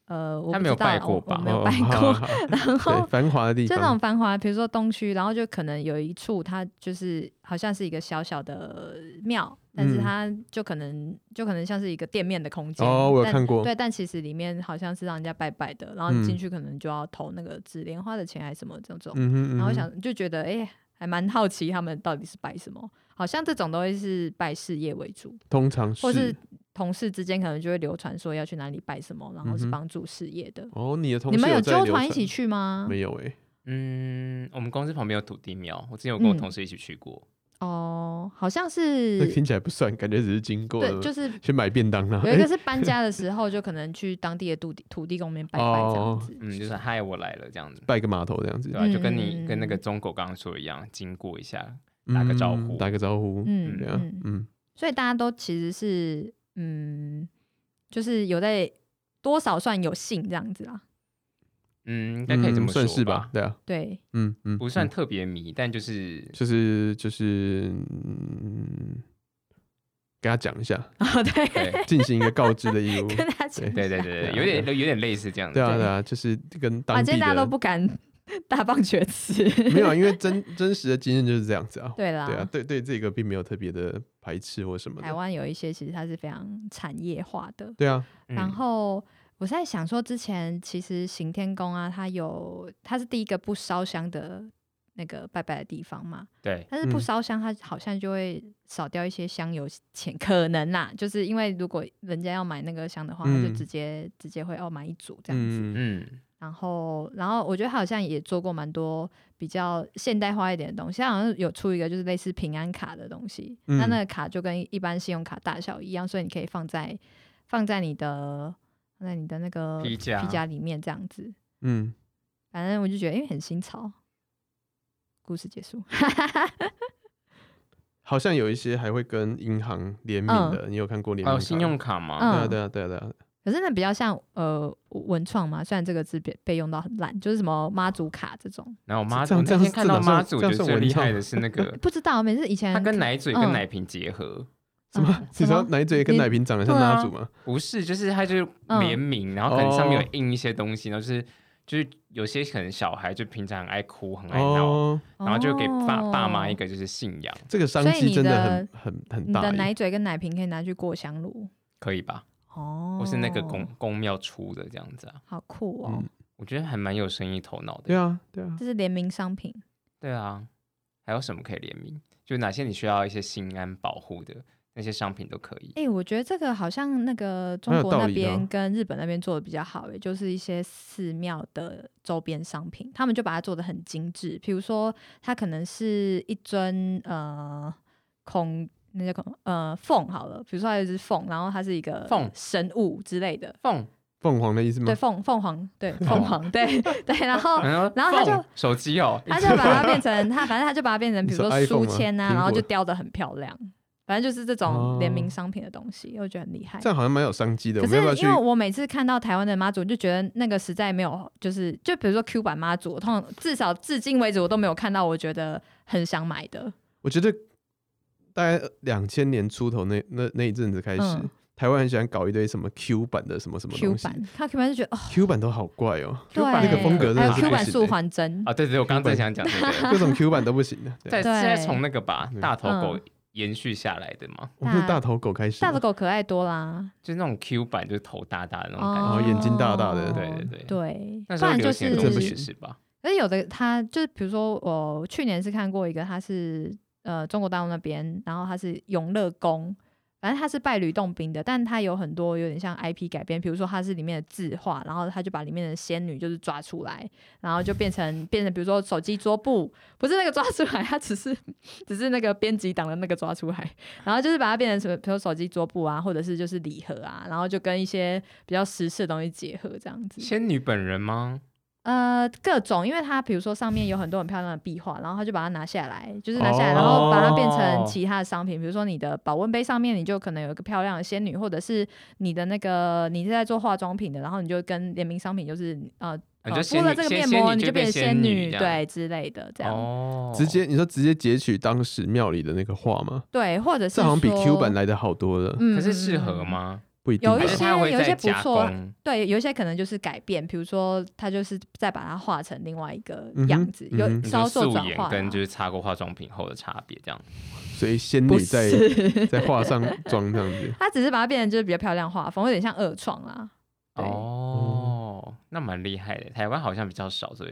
[SPEAKER 1] 呃，我
[SPEAKER 2] 他
[SPEAKER 1] 不
[SPEAKER 2] 没
[SPEAKER 1] 知
[SPEAKER 2] 有
[SPEAKER 1] 道
[SPEAKER 2] 拜
[SPEAKER 1] 我
[SPEAKER 2] 过
[SPEAKER 1] 我
[SPEAKER 2] 吧
[SPEAKER 1] 没有
[SPEAKER 3] 哦
[SPEAKER 1] 拜
[SPEAKER 3] *laughs* 好
[SPEAKER 1] 过 *laughs*
[SPEAKER 3] 好。好
[SPEAKER 1] 然
[SPEAKER 3] 对
[SPEAKER 1] 后，
[SPEAKER 3] 繁华的地
[SPEAKER 1] 就那种
[SPEAKER 3] 方，
[SPEAKER 1] 繁华，比如说东区，然后就可能有一处它就是好像是一个小小的庙，但是
[SPEAKER 3] 嗯
[SPEAKER 1] 它就可能就可能像是一个店面的空间。
[SPEAKER 3] 哦，我有
[SPEAKER 1] 但
[SPEAKER 3] 看过，
[SPEAKER 1] 对，但其实里面好像是让人家拜拜的，然后你
[SPEAKER 3] 嗯
[SPEAKER 1] 进去可能就要投那个纸莲花的钱还是什么这种。
[SPEAKER 3] 嗯哼，嗯
[SPEAKER 1] 然后
[SPEAKER 3] 哼
[SPEAKER 1] 想就觉得哎、诶还蛮好奇他们到底是拜什么，好像这种都会是拜事业为主，
[SPEAKER 3] 通常
[SPEAKER 1] 或是
[SPEAKER 3] 是
[SPEAKER 1] 同事之间可能就会流传说要去哪里拜什么，然后
[SPEAKER 3] 嗯
[SPEAKER 1] 是
[SPEAKER 3] 哼
[SPEAKER 1] 帮助事业的。
[SPEAKER 3] 哦，你的同
[SPEAKER 1] 你
[SPEAKER 3] 事
[SPEAKER 1] 们有
[SPEAKER 3] 在
[SPEAKER 1] 纠
[SPEAKER 3] 流
[SPEAKER 1] 团一
[SPEAKER 3] 传
[SPEAKER 1] 起去吗？
[SPEAKER 3] 没有哎，
[SPEAKER 2] 嗯，我们公司旁边有土地庙，我之前有跟我
[SPEAKER 1] 嗯
[SPEAKER 2] 同事一起去过。
[SPEAKER 1] 哦，好像
[SPEAKER 3] 那
[SPEAKER 1] 是
[SPEAKER 3] 听起来不算，感觉只是经过
[SPEAKER 1] 对，
[SPEAKER 3] 了，哎
[SPEAKER 1] 就是
[SPEAKER 3] *laughs* 去买便当啊啦。
[SPEAKER 1] 有一个
[SPEAKER 3] 诶
[SPEAKER 1] 是搬
[SPEAKER 3] *laughs*
[SPEAKER 1] 家的时候，就可能去当地的土地土地公面拜拜这样
[SPEAKER 3] 哦
[SPEAKER 1] 子。
[SPEAKER 2] 嗯，就是嗨，我来了这样子，
[SPEAKER 3] 拜个码头这样子
[SPEAKER 2] 对，吧？就跟
[SPEAKER 1] 嗯
[SPEAKER 2] 你跟那个
[SPEAKER 1] 嗯嗯
[SPEAKER 2] 中狗刚刚说的一样，经过一下，打个招
[SPEAKER 3] 嗯
[SPEAKER 2] 呼
[SPEAKER 3] 打个招呼，
[SPEAKER 1] 嗯
[SPEAKER 3] 对啊
[SPEAKER 1] 嗯，
[SPEAKER 3] 嗯，
[SPEAKER 1] 所以大家都其实是嗯，就是有在多少算有幸这样子啦。
[SPEAKER 2] 嗯，应该可以这
[SPEAKER 3] 嗯
[SPEAKER 2] 么说
[SPEAKER 3] 算是吧？？对啊，
[SPEAKER 1] 对， *laughs*
[SPEAKER 3] 嗯嗯，
[SPEAKER 2] 不算
[SPEAKER 3] 嗯，
[SPEAKER 2] 特别迷，但就是
[SPEAKER 3] 就是就是，嗯，给他讲一下，
[SPEAKER 1] 哦对，
[SPEAKER 2] *laughs* 对
[SPEAKER 3] 进行一个告知的义务。
[SPEAKER 1] *laughs* 跟大家讲一下
[SPEAKER 2] 对对对，对有点有点类似这样子。
[SPEAKER 3] 对啊
[SPEAKER 1] 对
[SPEAKER 3] 对啊，就是跟
[SPEAKER 1] 啊，
[SPEAKER 3] 当
[SPEAKER 1] 今
[SPEAKER 3] 地
[SPEAKER 1] 天大家都
[SPEAKER 3] 的
[SPEAKER 1] 不敢 *laughs* 大放厥词。
[SPEAKER 3] *laughs* 没有啊，因为真真实的经验就是这样子啊。
[SPEAKER 1] *laughs* 对啦，
[SPEAKER 3] 对啊，对对，这个并没有特别的排斥或什么
[SPEAKER 1] 台
[SPEAKER 3] 的。
[SPEAKER 1] 湾有一些其实它是非常产业化的。
[SPEAKER 3] 对啊，
[SPEAKER 2] 嗯
[SPEAKER 1] 然后我在想说，之前其实行天宫啊，它有它是第一个不烧香的那个拜拜的地方嘛，
[SPEAKER 2] 对，
[SPEAKER 1] 但是不
[SPEAKER 3] 嗯
[SPEAKER 1] 烧香，它好像就会少掉一些香油钱，可能啦，就是因为如果人家要买那个香的话，他就
[SPEAKER 3] 嗯
[SPEAKER 1] 直接直接会哦买一组这样子。
[SPEAKER 3] 嗯，
[SPEAKER 2] 嗯，
[SPEAKER 1] 然后，然后我觉得他好像也做过蛮多比较现代化一点的东西，他好像有出一个就是类似平安卡的东西，
[SPEAKER 3] 嗯
[SPEAKER 1] 那那个卡就跟一般信用卡大小一样，所以你可以放在放在你的放在你的那个
[SPEAKER 2] 皮夹
[SPEAKER 1] 皮夹里面这样子。
[SPEAKER 3] 嗯，
[SPEAKER 1] 反正我就觉得，因为很新潮。故事结束。 *laughs*
[SPEAKER 3] 好像有一些还会跟银行联名的，你有看过联
[SPEAKER 2] 还
[SPEAKER 3] 名
[SPEAKER 2] 有
[SPEAKER 3] 卡
[SPEAKER 2] 哦信用卡嘛，
[SPEAKER 1] 嗯
[SPEAKER 3] 对啊对啊对啊对啊，
[SPEAKER 1] 可是那比较像呃文创嘛，虽然这个字被被用到很烂，就是什么妈祖卡这种，，
[SPEAKER 2] 然后妈
[SPEAKER 3] 这
[SPEAKER 2] 祖，
[SPEAKER 3] 样
[SPEAKER 2] 我
[SPEAKER 3] 这
[SPEAKER 2] 那
[SPEAKER 3] 样
[SPEAKER 2] 天看到
[SPEAKER 3] 这样
[SPEAKER 2] 妈祖，觉
[SPEAKER 3] 这样
[SPEAKER 2] 得
[SPEAKER 3] 算
[SPEAKER 2] 最
[SPEAKER 3] 文
[SPEAKER 2] 厉
[SPEAKER 3] 创
[SPEAKER 2] *laughs* 害的是那个
[SPEAKER 1] 不知道，每次以前
[SPEAKER 2] 它跟奶嘴
[SPEAKER 1] 嗯
[SPEAKER 2] 跟奶瓶结合，
[SPEAKER 3] 什么
[SPEAKER 1] 嗯？
[SPEAKER 3] 你
[SPEAKER 1] 什
[SPEAKER 3] 说
[SPEAKER 1] 么
[SPEAKER 3] 奶嘴跟
[SPEAKER 1] 你
[SPEAKER 3] 奶瓶长得像
[SPEAKER 2] 对啊
[SPEAKER 3] 妈祖吗？
[SPEAKER 2] 不是，就是它就是
[SPEAKER 1] 嗯
[SPEAKER 2] 联名，然后可能上面
[SPEAKER 3] 哦
[SPEAKER 2] 有印一些东西，然后就是就是有些可能小孩就平常很爱哭，很爱闹。
[SPEAKER 3] 哦，
[SPEAKER 2] 然后就给爸爸妈一
[SPEAKER 1] 个。
[SPEAKER 2] 个就是信仰，
[SPEAKER 3] 这个商
[SPEAKER 1] 所以
[SPEAKER 3] 机
[SPEAKER 1] 你
[SPEAKER 3] 真
[SPEAKER 1] 的
[SPEAKER 3] 很很很
[SPEAKER 1] 你
[SPEAKER 3] 大
[SPEAKER 1] 的
[SPEAKER 3] 耶。
[SPEAKER 1] 奶嘴跟奶瓶可以拿去过香炉
[SPEAKER 2] 可以吧？
[SPEAKER 1] 哦，
[SPEAKER 2] 或是那个公，宫庙出的这样子啊，
[SPEAKER 1] 好酷哦！
[SPEAKER 3] 嗯，
[SPEAKER 2] 我觉得还蛮有生意头脑的。
[SPEAKER 3] 对啊，对啊，
[SPEAKER 1] 这是联名商品，
[SPEAKER 2] 对啊，还有什么可以联名？就哪些你需要一些心安保护的那些商品都可以。
[SPEAKER 1] 哎、我觉得这个好像那个
[SPEAKER 3] 蛮
[SPEAKER 1] 中
[SPEAKER 3] 有
[SPEAKER 1] 国
[SPEAKER 3] 道
[SPEAKER 1] 那
[SPEAKER 3] 理的啊
[SPEAKER 1] 边跟日本那边做的比较好、欸，就是一些寺庙的周边商品，他们就把它做的很精致，比如说它可能是一尊呃孔。那叫孔呃凤好了，比如说它有一只凤，然后它是一个
[SPEAKER 2] 凤
[SPEAKER 1] 神物之类的，
[SPEAKER 2] 凤，
[SPEAKER 3] 凤凰的意思吗
[SPEAKER 1] 对？凤凤凰，对
[SPEAKER 2] 凰
[SPEAKER 1] 凤凰，对 *laughs* 对，然后
[SPEAKER 2] 然后
[SPEAKER 1] 然后他就
[SPEAKER 2] 凤嗯手机哦，
[SPEAKER 3] *laughs*
[SPEAKER 1] 他就把它变成他，反正他就把它变成，比如说
[SPEAKER 3] 你说
[SPEAKER 1] 书
[SPEAKER 3] iPhone 吗
[SPEAKER 1] 签啊，
[SPEAKER 3] 苹果
[SPEAKER 1] 然后就雕的很漂亮，反正就是这种
[SPEAKER 3] 哦
[SPEAKER 1] 联名商品的东西，我觉得很厉害
[SPEAKER 3] 这。样好像蛮有商机的。
[SPEAKER 1] 可
[SPEAKER 3] 我
[SPEAKER 1] 是
[SPEAKER 3] 们要不要去
[SPEAKER 1] 因为？我每次看到台湾的妈祖，就觉得那个实在没有，就是就比如说 Q 版妈祖，我通常至少至今为止我都没有看到，我觉得很想买的。
[SPEAKER 3] 我觉得大概两千年出头那那那一阵子开始，
[SPEAKER 1] 嗯
[SPEAKER 3] 台湾很喜欢搞一堆什么 Q 版的什么什么
[SPEAKER 1] Q
[SPEAKER 3] 东西
[SPEAKER 1] 版，看 Q 版就觉得哦，
[SPEAKER 3] ，Q 版都好怪哦、
[SPEAKER 1] 对，
[SPEAKER 2] 版
[SPEAKER 3] 那个风格真的
[SPEAKER 1] 还有
[SPEAKER 3] 是
[SPEAKER 1] Q
[SPEAKER 3] 不
[SPEAKER 1] 版
[SPEAKER 3] 行
[SPEAKER 1] 素
[SPEAKER 3] 欸
[SPEAKER 1] 还真，
[SPEAKER 2] 啊，对对，我刚刚正想讲这个。
[SPEAKER 3] 各种 Q 版都不行的。对
[SPEAKER 2] 在
[SPEAKER 3] 啊，
[SPEAKER 1] 对
[SPEAKER 2] 现在从那个吧
[SPEAKER 3] 嗯
[SPEAKER 2] 大头狗
[SPEAKER 1] 嗯
[SPEAKER 2] 延续下来的嘛，
[SPEAKER 3] 我们是大头狗开始
[SPEAKER 1] 大
[SPEAKER 3] 的，
[SPEAKER 1] 的狗可爱多啦，
[SPEAKER 2] 就是那种 Q 版，就是头大大的那种感
[SPEAKER 1] 哦
[SPEAKER 2] 觉。
[SPEAKER 3] 后眼睛大大的
[SPEAKER 2] 对对对
[SPEAKER 1] 对，
[SPEAKER 2] 那时
[SPEAKER 1] 不
[SPEAKER 2] 候
[SPEAKER 1] 然
[SPEAKER 2] 流
[SPEAKER 1] 就
[SPEAKER 2] 行
[SPEAKER 1] 是
[SPEAKER 2] 的
[SPEAKER 3] 这
[SPEAKER 2] 东
[SPEAKER 3] 不
[SPEAKER 2] 西
[SPEAKER 3] 行
[SPEAKER 2] 也是吧？
[SPEAKER 1] 而且有的他就是，比如说我去年是看过一个，他是呃中国大陆那边，然后他是永乐宫，反正他是拜吕洞宾的，但他有很多有点像 IP 改编，比如说他是里面的字画，然后他就把里面的仙女就是抓出来，然后就变成变成比如说手机桌布，不是那个抓出来，他只是只是那个编辑档的那个抓出来，然后就是把它变成什么，比如手机桌布啊，或者是就是
[SPEAKER 3] 嗯
[SPEAKER 1] 礼盒啊，然后就跟一些比较时事的东西结合这样子。
[SPEAKER 2] 仙女本人吗？
[SPEAKER 1] 呃，各种，因为它比如说上面有很多很漂亮的壁画，然后他就把它拿下来，就是拿下来，然后把它变
[SPEAKER 2] 哦
[SPEAKER 1] 成其他的商品，比如说你的保温杯上面，你就可能有一个漂亮的仙女，或者是你的那个你是在做化妆品的，然后你就跟联名商品就是呃
[SPEAKER 2] 啊
[SPEAKER 1] 呃
[SPEAKER 2] 就
[SPEAKER 1] 敷
[SPEAKER 2] 仙
[SPEAKER 1] 了
[SPEAKER 2] 女
[SPEAKER 1] 这个
[SPEAKER 2] 仙
[SPEAKER 1] 面
[SPEAKER 2] 仙
[SPEAKER 1] 膜，
[SPEAKER 2] 女
[SPEAKER 1] 你
[SPEAKER 2] 就
[SPEAKER 1] 就
[SPEAKER 2] 变
[SPEAKER 1] 变
[SPEAKER 2] 仙
[SPEAKER 1] 仙
[SPEAKER 2] 女
[SPEAKER 1] 女，
[SPEAKER 2] 这样
[SPEAKER 1] 对之类的这样，
[SPEAKER 2] 哦，
[SPEAKER 3] 直接你说直接截取当时庙里的那个画吗？
[SPEAKER 1] 对，或者是
[SPEAKER 3] 这好像比
[SPEAKER 1] 说
[SPEAKER 3] Q 版，来的好多了，
[SPEAKER 1] 嗯
[SPEAKER 2] 可是适合？
[SPEAKER 1] 嗯嗯嗯
[SPEAKER 2] 吗？
[SPEAKER 3] 不一定吧。
[SPEAKER 1] 有一
[SPEAKER 2] 还
[SPEAKER 1] 些
[SPEAKER 2] 是它会
[SPEAKER 1] 有一些
[SPEAKER 2] 再
[SPEAKER 1] 不
[SPEAKER 2] 加
[SPEAKER 1] 错
[SPEAKER 2] 工？
[SPEAKER 1] 对，有一些可能就是改变，比如说他就是再把它画成另外一个
[SPEAKER 3] 嗯哼
[SPEAKER 1] 样子，
[SPEAKER 3] 嗯哼
[SPEAKER 1] 有
[SPEAKER 2] 你
[SPEAKER 1] 稍作
[SPEAKER 2] 说素
[SPEAKER 1] 转
[SPEAKER 2] 颜
[SPEAKER 1] 化啦。
[SPEAKER 2] 跟就是擦过化妆品后的差别，这样
[SPEAKER 3] 所以仙
[SPEAKER 1] 不
[SPEAKER 3] 女在
[SPEAKER 1] 是，，
[SPEAKER 3] *laughs* 在画上妆这样子
[SPEAKER 2] *laughs*
[SPEAKER 1] 他只是把它变成就是比较漂亮画风，有点像二创啊啦。对
[SPEAKER 2] 哦，那蛮厉害的。台湾好像比较少这个，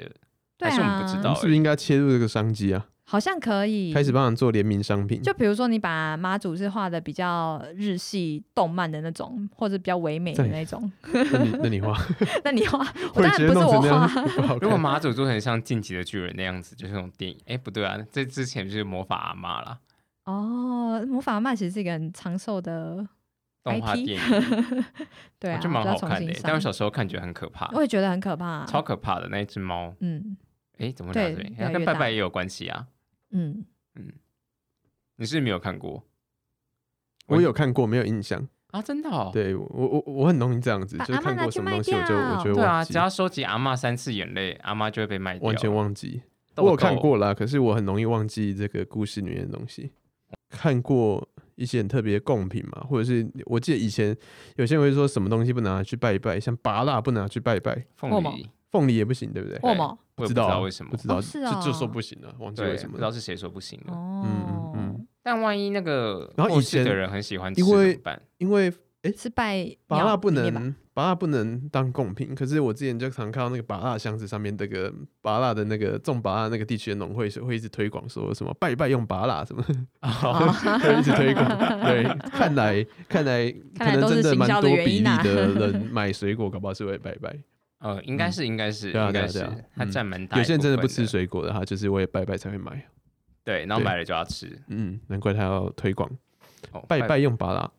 [SPEAKER 1] 对
[SPEAKER 2] 还是我们不知
[SPEAKER 3] 我
[SPEAKER 1] 啊
[SPEAKER 2] 道，
[SPEAKER 3] 们是不是应该切入这个商机啊？
[SPEAKER 1] 好像可以
[SPEAKER 3] 开始。帮人做联名商品，
[SPEAKER 1] 嗯就比如说你把妈祖是画的比较日系动漫的那种，或者比较唯美的那种，
[SPEAKER 3] 那你那你画，
[SPEAKER 1] *laughs* 那你画，我
[SPEAKER 3] 我也
[SPEAKER 1] 当
[SPEAKER 3] 觉
[SPEAKER 1] 然
[SPEAKER 3] 得
[SPEAKER 1] 不是
[SPEAKER 3] 弄成
[SPEAKER 1] 我
[SPEAKER 3] 那
[SPEAKER 1] 画
[SPEAKER 3] 样， *laughs* 不好
[SPEAKER 2] 如果
[SPEAKER 3] 看。
[SPEAKER 2] 马祖做成像《晋级的巨人》那样子，就是那种电影，哎、不对啊，这之前就是魔法阿妈啦，
[SPEAKER 1] 哦，魔法阿嬷其实是一个很长寿的，
[SPEAKER 2] 动画
[SPEAKER 1] IP
[SPEAKER 2] 电影，
[SPEAKER 1] 对啊，
[SPEAKER 2] 就蛮
[SPEAKER 1] 就要
[SPEAKER 2] 好
[SPEAKER 1] 重
[SPEAKER 2] 看
[SPEAKER 1] 新
[SPEAKER 2] 的、
[SPEAKER 1] 上
[SPEAKER 2] 但我小时候看觉得很可怕，
[SPEAKER 1] 我也觉得很可怕，啊
[SPEAKER 2] 超可怕的那一只猫，
[SPEAKER 1] 嗯
[SPEAKER 2] 哎、怎么会聊
[SPEAKER 1] 对
[SPEAKER 2] 这里？
[SPEAKER 1] 越来
[SPEAKER 2] 跟
[SPEAKER 1] 越
[SPEAKER 2] 拜
[SPEAKER 1] 大
[SPEAKER 2] 拜也有关系啊？
[SPEAKER 1] 嗯，
[SPEAKER 2] 你是不是没有看过
[SPEAKER 3] 我有看过，没有印象。
[SPEAKER 2] 啊？真的哦？
[SPEAKER 3] 对我我我很容易这样子，
[SPEAKER 1] 把
[SPEAKER 3] 就是
[SPEAKER 1] 阿嬷
[SPEAKER 3] 看
[SPEAKER 1] 拿
[SPEAKER 3] 过
[SPEAKER 1] 去
[SPEAKER 3] 什么
[SPEAKER 1] 卖
[SPEAKER 3] 东西我就我
[SPEAKER 1] 掉
[SPEAKER 3] 就会
[SPEAKER 2] 对啊，
[SPEAKER 3] 忘记
[SPEAKER 2] 只，要收集阿嬷三次眼泪，阿嬷就会被卖掉，
[SPEAKER 3] 完全。忘记。
[SPEAKER 2] 豆
[SPEAKER 3] 我
[SPEAKER 2] 豆
[SPEAKER 3] 有看，过啦，可是我很容易忘记这个故事里面的东西。看过一些很特别的贡品嘛，或者是我记得以前有些人会说什么东西不拿去拜拜，像拔蜡不拿去拜拜，
[SPEAKER 2] 凤
[SPEAKER 1] 为什么
[SPEAKER 2] 梨，
[SPEAKER 3] 凤梨也不行，对不对？
[SPEAKER 1] 为什么？
[SPEAKER 2] 我也不知
[SPEAKER 3] 知
[SPEAKER 2] 道
[SPEAKER 3] 道
[SPEAKER 2] 为什么
[SPEAKER 3] 不，知道，
[SPEAKER 1] 哦是
[SPEAKER 3] 就就
[SPEAKER 1] 哦
[SPEAKER 3] 说不行了，忘记
[SPEAKER 2] 对，
[SPEAKER 3] 为什
[SPEAKER 2] 不
[SPEAKER 3] 么
[SPEAKER 2] 知道
[SPEAKER 3] 了。
[SPEAKER 2] 是谁说不行的。
[SPEAKER 1] 哦，
[SPEAKER 3] 嗯
[SPEAKER 2] 但万一那个
[SPEAKER 3] 然后以
[SPEAKER 2] 过世的
[SPEAKER 3] 前
[SPEAKER 2] 人很喜欢吃
[SPEAKER 3] 因
[SPEAKER 2] 怎么
[SPEAKER 3] 为
[SPEAKER 2] 办？
[SPEAKER 3] 因为
[SPEAKER 1] 是拜
[SPEAKER 3] 拔蜡
[SPEAKER 1] 鸟
[SPEAKER 3] 不
[SPEAKER 1] 里面吧
[SPEAKER 3] 能，拔蜡不能当贡品。可是我之前就常看到那个拔蜡箱子上面这个拔蜡的那个种拔蜡那个地区的农会是会一直推广说什么拜拜用拔蜡
[SPEAKER 1] *laughs*
[SPEAKER 3] 什么， *laughs* 会一直推广。对，看来看来
[SPEAKER 1] 哦 *laughs* 看来
[SPEAKER 3] 可能
[SPEAKER 1] 都是
[SPEAKER 3] 真的
[SPEAKER 1] 行
[SPEAKER 3] 蛮
[SPEAKER 1] 销的
[SPEAKER 3] 多
[SPEAKER 1] 原
[SPEAKER 3] 比
[SPEAKER 1] 因
[SPEAKER 3] 例
[SPEAKER 1] 啊
[SPEAKER 3] 的人买水果，搞不好是会拜
[SPEAKER 1] *laughs*
[SPEAKER 3] 拜。
[SPEAKER 2] 呃，应该
[SPEAKER 3] 嗯
[SPEAKER 2] 是，应该是，
[SPEAKER 3] 对啊
[SPEAKER 2] 应该
[SPEAKER 3] 对
[SPEAKER 2] 是
[SPEAKER 3] 啊对啊，
[SPEAKER 2] 它
[SPEAKER 3] 嗯
[SPEAKER 2] 占蛮大。
[SPEAKER 3] 有些人真的不吃，水果的，他就是为了拜拜才会买。
[SPEAKER 2] 对，然后
[SPEAKER 3] 对
[SPEAKER 2] 买了就要吃。
[SPEAKER 3] 嗯，难怪他要推广
[SPEAKER 2] 哦，
[SPEAKER 3] 拜拜用拔蜡。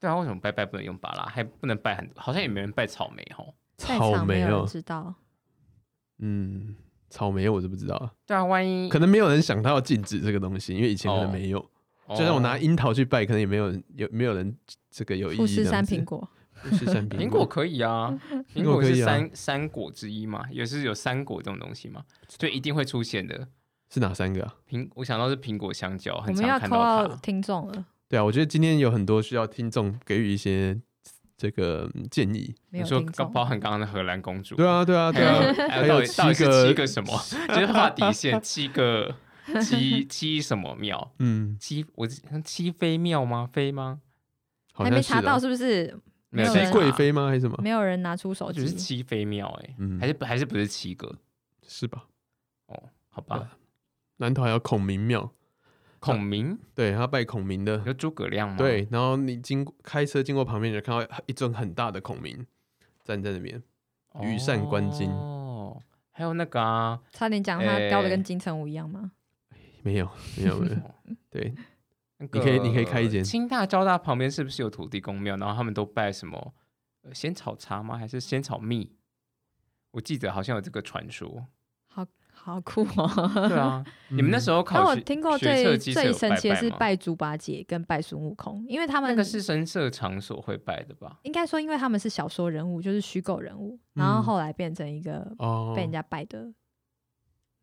[SPEAKER 2] 对啊，为什么拜拜不能用芭拉，还不能拜很多？好像也没人拜草莓哦吼。
[SPEAKER 1] 在
[SPEAKER 3] 草
[SPEAKER 1] 场没
[SPEAKER 3] 莓
[SPEAKER 1] 有人
[SPEAKER 3] 哦
[SPEAKER 1] 知道，
[SPEAKER 3] 嗯，草莓我是不知道啊，
[SPEAKER 2] 对啊，万一
[SPEAKER 3] 可能没有人想到要禁止这个东西，因为以前可能没有。
[SPEAKER 2] 哦
[SPEAKER 3] 就像我拿樱桃去拜，可能也没有人有没有人这个有意义。
[SPEAKER 1] 富士山苹，果，
[SPEAKER 3] 富
[SPEAKER 2] *laughs*
[SPEAKER 3] 士山苹
[SPEAKER 2] 哦苹果可以啊，苹
[SPEAKER 3] 果
[SPEAKER 2] 果
[SPEAKER 3] 可以
[SPEAKER 2] 是
[SPEAKER 3] 啊
[SPEAKER 2] 三三果之一嘛，也是有三果这种东西嘛，所以一定会出现的。
[SPEAKER 3] 是哪三个啊？
[SPEAKER 2] 苹，我想到是苹果、香蕉，
[SPEAKER 1] 我
[SPEAKER 2] 很
[SPEAKER 1] 们要
[SPEAKER 2] 常看
[SPEAKER 1] 扣
[SPEAKER 2] 到
[SPEAKER 1] 到
[SPEAKER 2] 它。
[SPEAKER 1] 听众了，
[SPEAKER 3] 对啊，我觉得今天有很多需要听众给予一些这个嗯建议。
[SPEAKER 1] 没
[SPEAKER 2] 你
[SPEAKER 1] 有
[SPEAKER 2] 说
[SPEAKER 1] 听众。
[SPEAKER 2] 包含刚刚的荷兰公主，
[SPEAKER 3] 对啊，对啊，
[SPEAKER 2] 还
[SPEAKER 3] 对
[SPEAKER 1] *laughs*
[SPEAKER 2] 有，
[SPEAKER 3] 啊，
[SPEAKER 2] 还
[SPEAKER 3] 还
[SPEAKER 2] 有
[SPEAKER 3] 有
[SPEAKER 2] 到底到底
[SPEAKER 3] 七
[SPEAKER 2] 是
[SPEAKER 3] 个
[SPEAKER 2] 七个什么？就是画底线，
[SPEAKER 3] *laughs*
[SPEAKER 2] 七个七七什么庙？
[SPEAKER 3] 嗯，
[SPEAKER 2] 七我七飞庙吗？飞吗？
[SPEAKER 3] 好
[SPEAKER 1] 还
[SPEAKER 3] 像
[SPEAKER 1] 没
[SPEAKER 3] 是啊哦
[SPEAKER 1] 查到是不是？
[SPEAKER 2] 没
[SPEAKER 1] 没
[SPEAKER 2] 有
[SPEAKER 1] 有
[SPEAKER 2] 在
[SPEAKER 1] 人啊
[SPEAKER 2] 查
[SPEAKER 3] 是贵妃吗？还是什么？
[SPEAKER 1] 没有人拿出手
[SPEAKER 2] 我觉得是
[SPEAKER 1] 机。
[SPEAKER 2] 七飞庙哎、
[SPEAKER 3] 嗯
[SPEAKER 2] 还是还是不是七个？
[SPEAKER 3] 是吧？
[SPEAKER 2] 哦，好
[SPEAKER 3] 啊
[SPEAKER 2] 吧，
[SPEAKER 3] 南头还有孔明庙，
[SPEAKER 2] 孔明
[SPEAKER 3] 对他拜孔明
[SPEAKER 2] *laughs*
[SPEAKER 3] 的，
[SPEAKER 2] 有诸葛亮吗？
[SPEAKER 3] 对，，然后你经过开车经过旁边，你就看到一尊很大的孔明站在那边。羽扇纶巾
[SPEAKER 2] 哦，还有那个啊，
[SPEAKER 1] 差点讲他
[SPEAKER 2] 哎
[SPEAKER 1] 雕的跟金城武一样吗？
[SPEAKER 3] 没有，没有，没
[SPEAKER 2] *laughs*
[SPEAKER 3] 有。对，
[SPEAKER 2] 那个
[SPEAKER 3] 你可以你可以开一间
[SPEAKER 2] 清大、交大旁边是不是有土地公庙？然后他们都拜什么呃仙草茶吗？还是仙草蜜？我记得好像有这个传说。
[SPEAKER 1] 好好酷哦！
[SPEAKER 2] 对
[SPEAKER 3] *laughs*
[SPEAKER 2] 啊，你
[SPEAKER 3] 嗯
[SPEAKER 2] 们那时候
[SPEAKER 1] 但
[SPEAKER 2] 考
[SPEAKER 1] 我
[SPEAKER 2] 学
[SPEAKER 1] 听过
[SPEAKER 2] 学
[SPEAKER 1] 最
[SPEAKER 2] 测机是
[SPEAKER 1] 最
[SPEAKER 2] 有
[SPEAKER 1] 神
[SPEAKER 2] 拜
[SPEAKER 1] 奇的
[SPEAKER 2] 拜
[SPEAKER 1] 是
[SPEAKER 2] 吗
[SPEAKER 1] 拜猪八戒跟拜孙悟空，因为他
[SPEAKER 2] 那
[SPEAKER 1] 们
[SPEAKER 2] 个是神社场所会拜的吧？
[SPEAKER 1] 应该说，因为他们是小说人物，就是虚构人物，然后
[SPEAKER 3] 嗯
[SPEAKER 1] 后来变成一个
[SPEAKER 3] 哦，
[SPEAKER 1] 被人家拜的。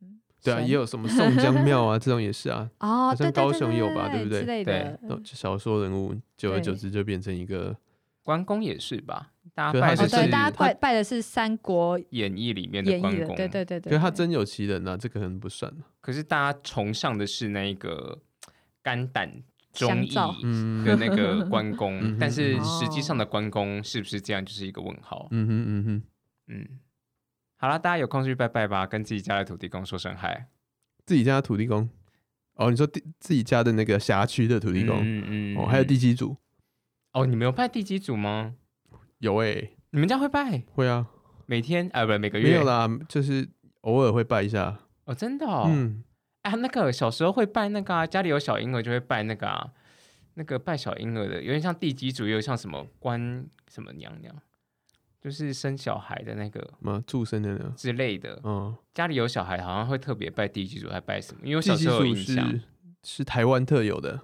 [SPEAKER 1] 嗯
[SPEAKER 3] 对啊，
[SPEAKER 1] 神
[SPEAKER 3] 也有什么宋江庙
[SPEAKER 1] *laughs*
[SPEAKER 3] 啊，这种也是啊。
[SPEAKER 1] 哦，
[SPEAKER 3] 好像
[SPEAKER 1] 对对
[SPEAKER 3] 高
[SPEAKER 1] 对
[SPEAKER 3] 雄
[SPEAKER 1] 对
[SPEAKER 3] 有吧对
[SPEAKER 1] 之
[SPEAKER 3] 不对
[SPEAKER 1] 类
[SPEAKER 2] 对
[SPEAKER 1] 的，哦
[SPEAKER 3] 那就小说人物，久而久之就变成一个，
[SPEAKER 2] 关公也是吧？大
[SPEAKER 3] 可
[SPEAKER 2] 家
[SPEAKER 3] 是
[SPEAKER 2] 拜
[SPEAKER 3] 他是
[SPEAKER 2] 的
[SPEAKER 1] 哦，
[SPEAKER 2] 是
[SPEAKER 1] 对，大家
[SPEAKER 2] 《
[SPEAKER 1] 拜拜的是《三国
[SPEAKER 2] 演义》里面的
[SPEAKER 1] 演
[SPEAKER 2] 关
[SPEAKER 1] 义》的，
[SPEAKER 2] 公，
[SPEAKER 1] 对对对
[SPEAKER 3] 可
[SPEAKER 1] 对。
[SPEAKER 3] 是他
[SPEAKER 1] 对
[SPEAKER 3] 真有其人啊，这个可能不算啊。
[SPEAKER 2] 可是大家崇尚的是那个肝胆忠义
[SPEAKER 1] 香皂
[SPEAKER 3] 嗯
[SPEAKER 2] 的那个关公，
[SPEAKER 3] 嗯
[SPEAKER 2] 但是实际上的关公是不是这样，就是一个问号。
[SPEAKER 3] 嗯哼嗯哼，
[SPEAKER 2] 嗯，好啦，大家有空去拜拜吧，跟自己家的土地公说声嗨。
[SPEAKER 3] 自己家的土地公，哦，你说地自己家的那个辖区的土地公，
[SPEAKER 2] 嗯
[SPEAKER 3] 哦，还有地基主，
[SPEAKER 2] 哦，你们有拜地基主吗？
[SPEAKER 3] 有诶，
[SPEAKER 2] 你们家会拜？
[SPEAKER 3] 会啊，
[SPEAKER 2] 每天啊，不，每个月
[SPEAKER 3] 没有啦，就是偶尔会拜一下。
[SPEAKER 2] 哦，真的哦。
[SPEAKER 3] 嗯，
[SPEAKER 2] 啊，那个小时候会拜那个啊，家里有小婴儿就会拜那个啊，那个拜小婴儿的，有点像地基主，也有像什么关什么娘娘，就是生小孩的那个
[SPEAKER 3] 嘛，畜生的呢？
[SPEAKER 2] 之类的，
[SPEAKER 3] 嗯，
[SPEAKER 2] 家里有小孩好像会特别拜地基主，还拜什么？因为我
[SPEAKER 3] 地
[SPEAKER 2] 小
[SPEAKER 3] 基
[SPEAKER 2] 时候有
[SPEAKER 3] 主
[SPEAKER 2] 印象
[SPEAKER 3] 是，是台湾特有的，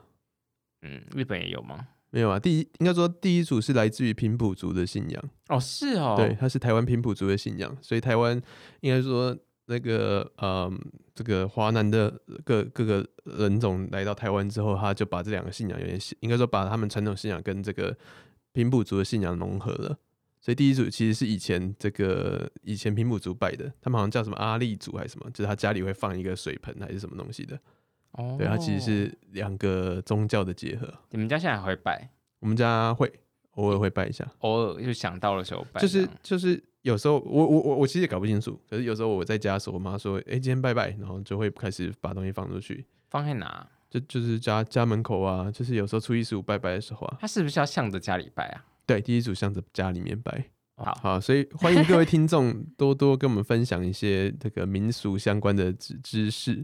[SPEAKER 2] 嗯，日本也有吗？
[SPEAKER 3] 没有啊？第一应该说第一组是来自于平埔族的信仰，
[SPEAKER 2] 哦，是哦，
[SPEAKER 3] 对，，它是台湾平埔族的信仰，所以台湾应该说那个呃，这个华南的各各个人种来到台湾之后，他就把这两个信仰有点像，应该说把他们传统信仰跟这个平埔族的信仰融合了。所以第一组其实是以前这个以前平埔族拜的，他们好像叫什么阿利族还是什么，就是他家里会放一个水盆还是什么东西的。
[SPEAKER 2] 哦，
[SPEAKER 3] 对，它其实是两个宗教的结合。
[SPEAKER 2] 你们家现在还会拜，
[SPEAKER 3] 我们家会偶尔会拜一下，
[SPEAKER 2] 偶尔就想到的时候拜
[SPEAKER 3] 就
[SPEAKER 2] 这样，
[SPEAKER 3] 是就是有时候我我我我其实也搞不清楚，可是有时候我在家的时候，我妈说：“哎、今天拜拜。”然后就会开始把东西放出去，
[SPEAKER 2] 放在哪？
[SPEAKER 3] 就就是家家门口啊，就是有时候初一十五拜拜的
[SPEAKER 2] *laughs*
[SPEAKER 3] 时候啊，
[SPEAKER 2] 他是不是要向着家里拜啊？
[SPEAKER 3] 对，第一组向着家里面拜。
[SPEAKER 2] 好，
[SPEAKER 3] 哦好，所以欢迎各位听众多多跟我们分享一些这个民俗相关的知
[SPEAKER 2] *laughs*
[SPEAKER 3] 知识。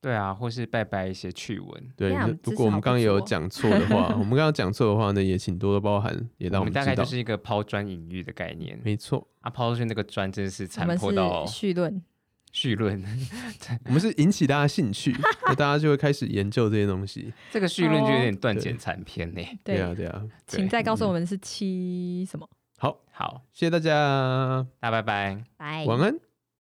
[SPEAKER 2] 对啊，或是拜拜一些趣闻。
[SPEAKER 3] 对
[SPEAKER 1] 这样，
[SPEAKER 3] 如
[SPEAKER 1] 知识
[SPEAKER 3] 果我
[SPEAKER 1] 好
[SPEAKER 3] 们
[SPEAKER 1] 不
[SPEAKER 3] 刚刚有
[SPEAKER 1] 错
[SPEAKER 3] 讲错的话，我们刚刚讲错的话呢，也请多多包涵，也
[SPEAKER 2] *laughs*
[SPEAKER 3] 让
[SPEAKER 2] 我
[SPEAKER 3] 我
[SPEAKER 2] 们
[SPEAKER 3] 们
[SPEAKER 2] 大
[SPEAKER 3] 知
[SPEAKER 2] 概
[SPEAKER 3] 道。
[SPEAKER 2] 就是一个抛砖引玉的概念，
[SPEAKER 3] 没错，
[SPEAKER 2] 啊，抛出去那个砖真的是
[SPEAKER 1] 我
[SPEAKER 2] 残
[SPEAKER 1] 们
[SPEAKER 2] 破到
[SPEAKER 1] 是绪论，
[SPEAKER 2] *laughs* 绪论， *laughs*
[SPEAKER 3] 我们是引起大家兴趣，那大家就会开始研究这些东
[SPEAKER 2] *laughs*
[SPEAKER 3] 西。
[SPEAKER 2] 这个绪论就有
[SPEAKER 1] 哦
[SPEAKER 2] 点断
[SPEAKER 3] 对
[SPEAKER 2] 简残篇呢。
[SPEAKER 3] 对啊，
[SPEAKER 1] 对，
[SPEAKER 3] 对啊。
[SPEAKER 1] 请再告诉
[SPEAKER 3] 嗯
[SPEAKER 1] 我们是七什么？
[SPEAKER 3] 好，
[SPEAKER 2] 好，
[SPEAKER 3] 谢谢大家，
[SPEAKER 2] 那拜拜。
[SPEAKER 1] 拜。
[SPEAKER 3] 晚安。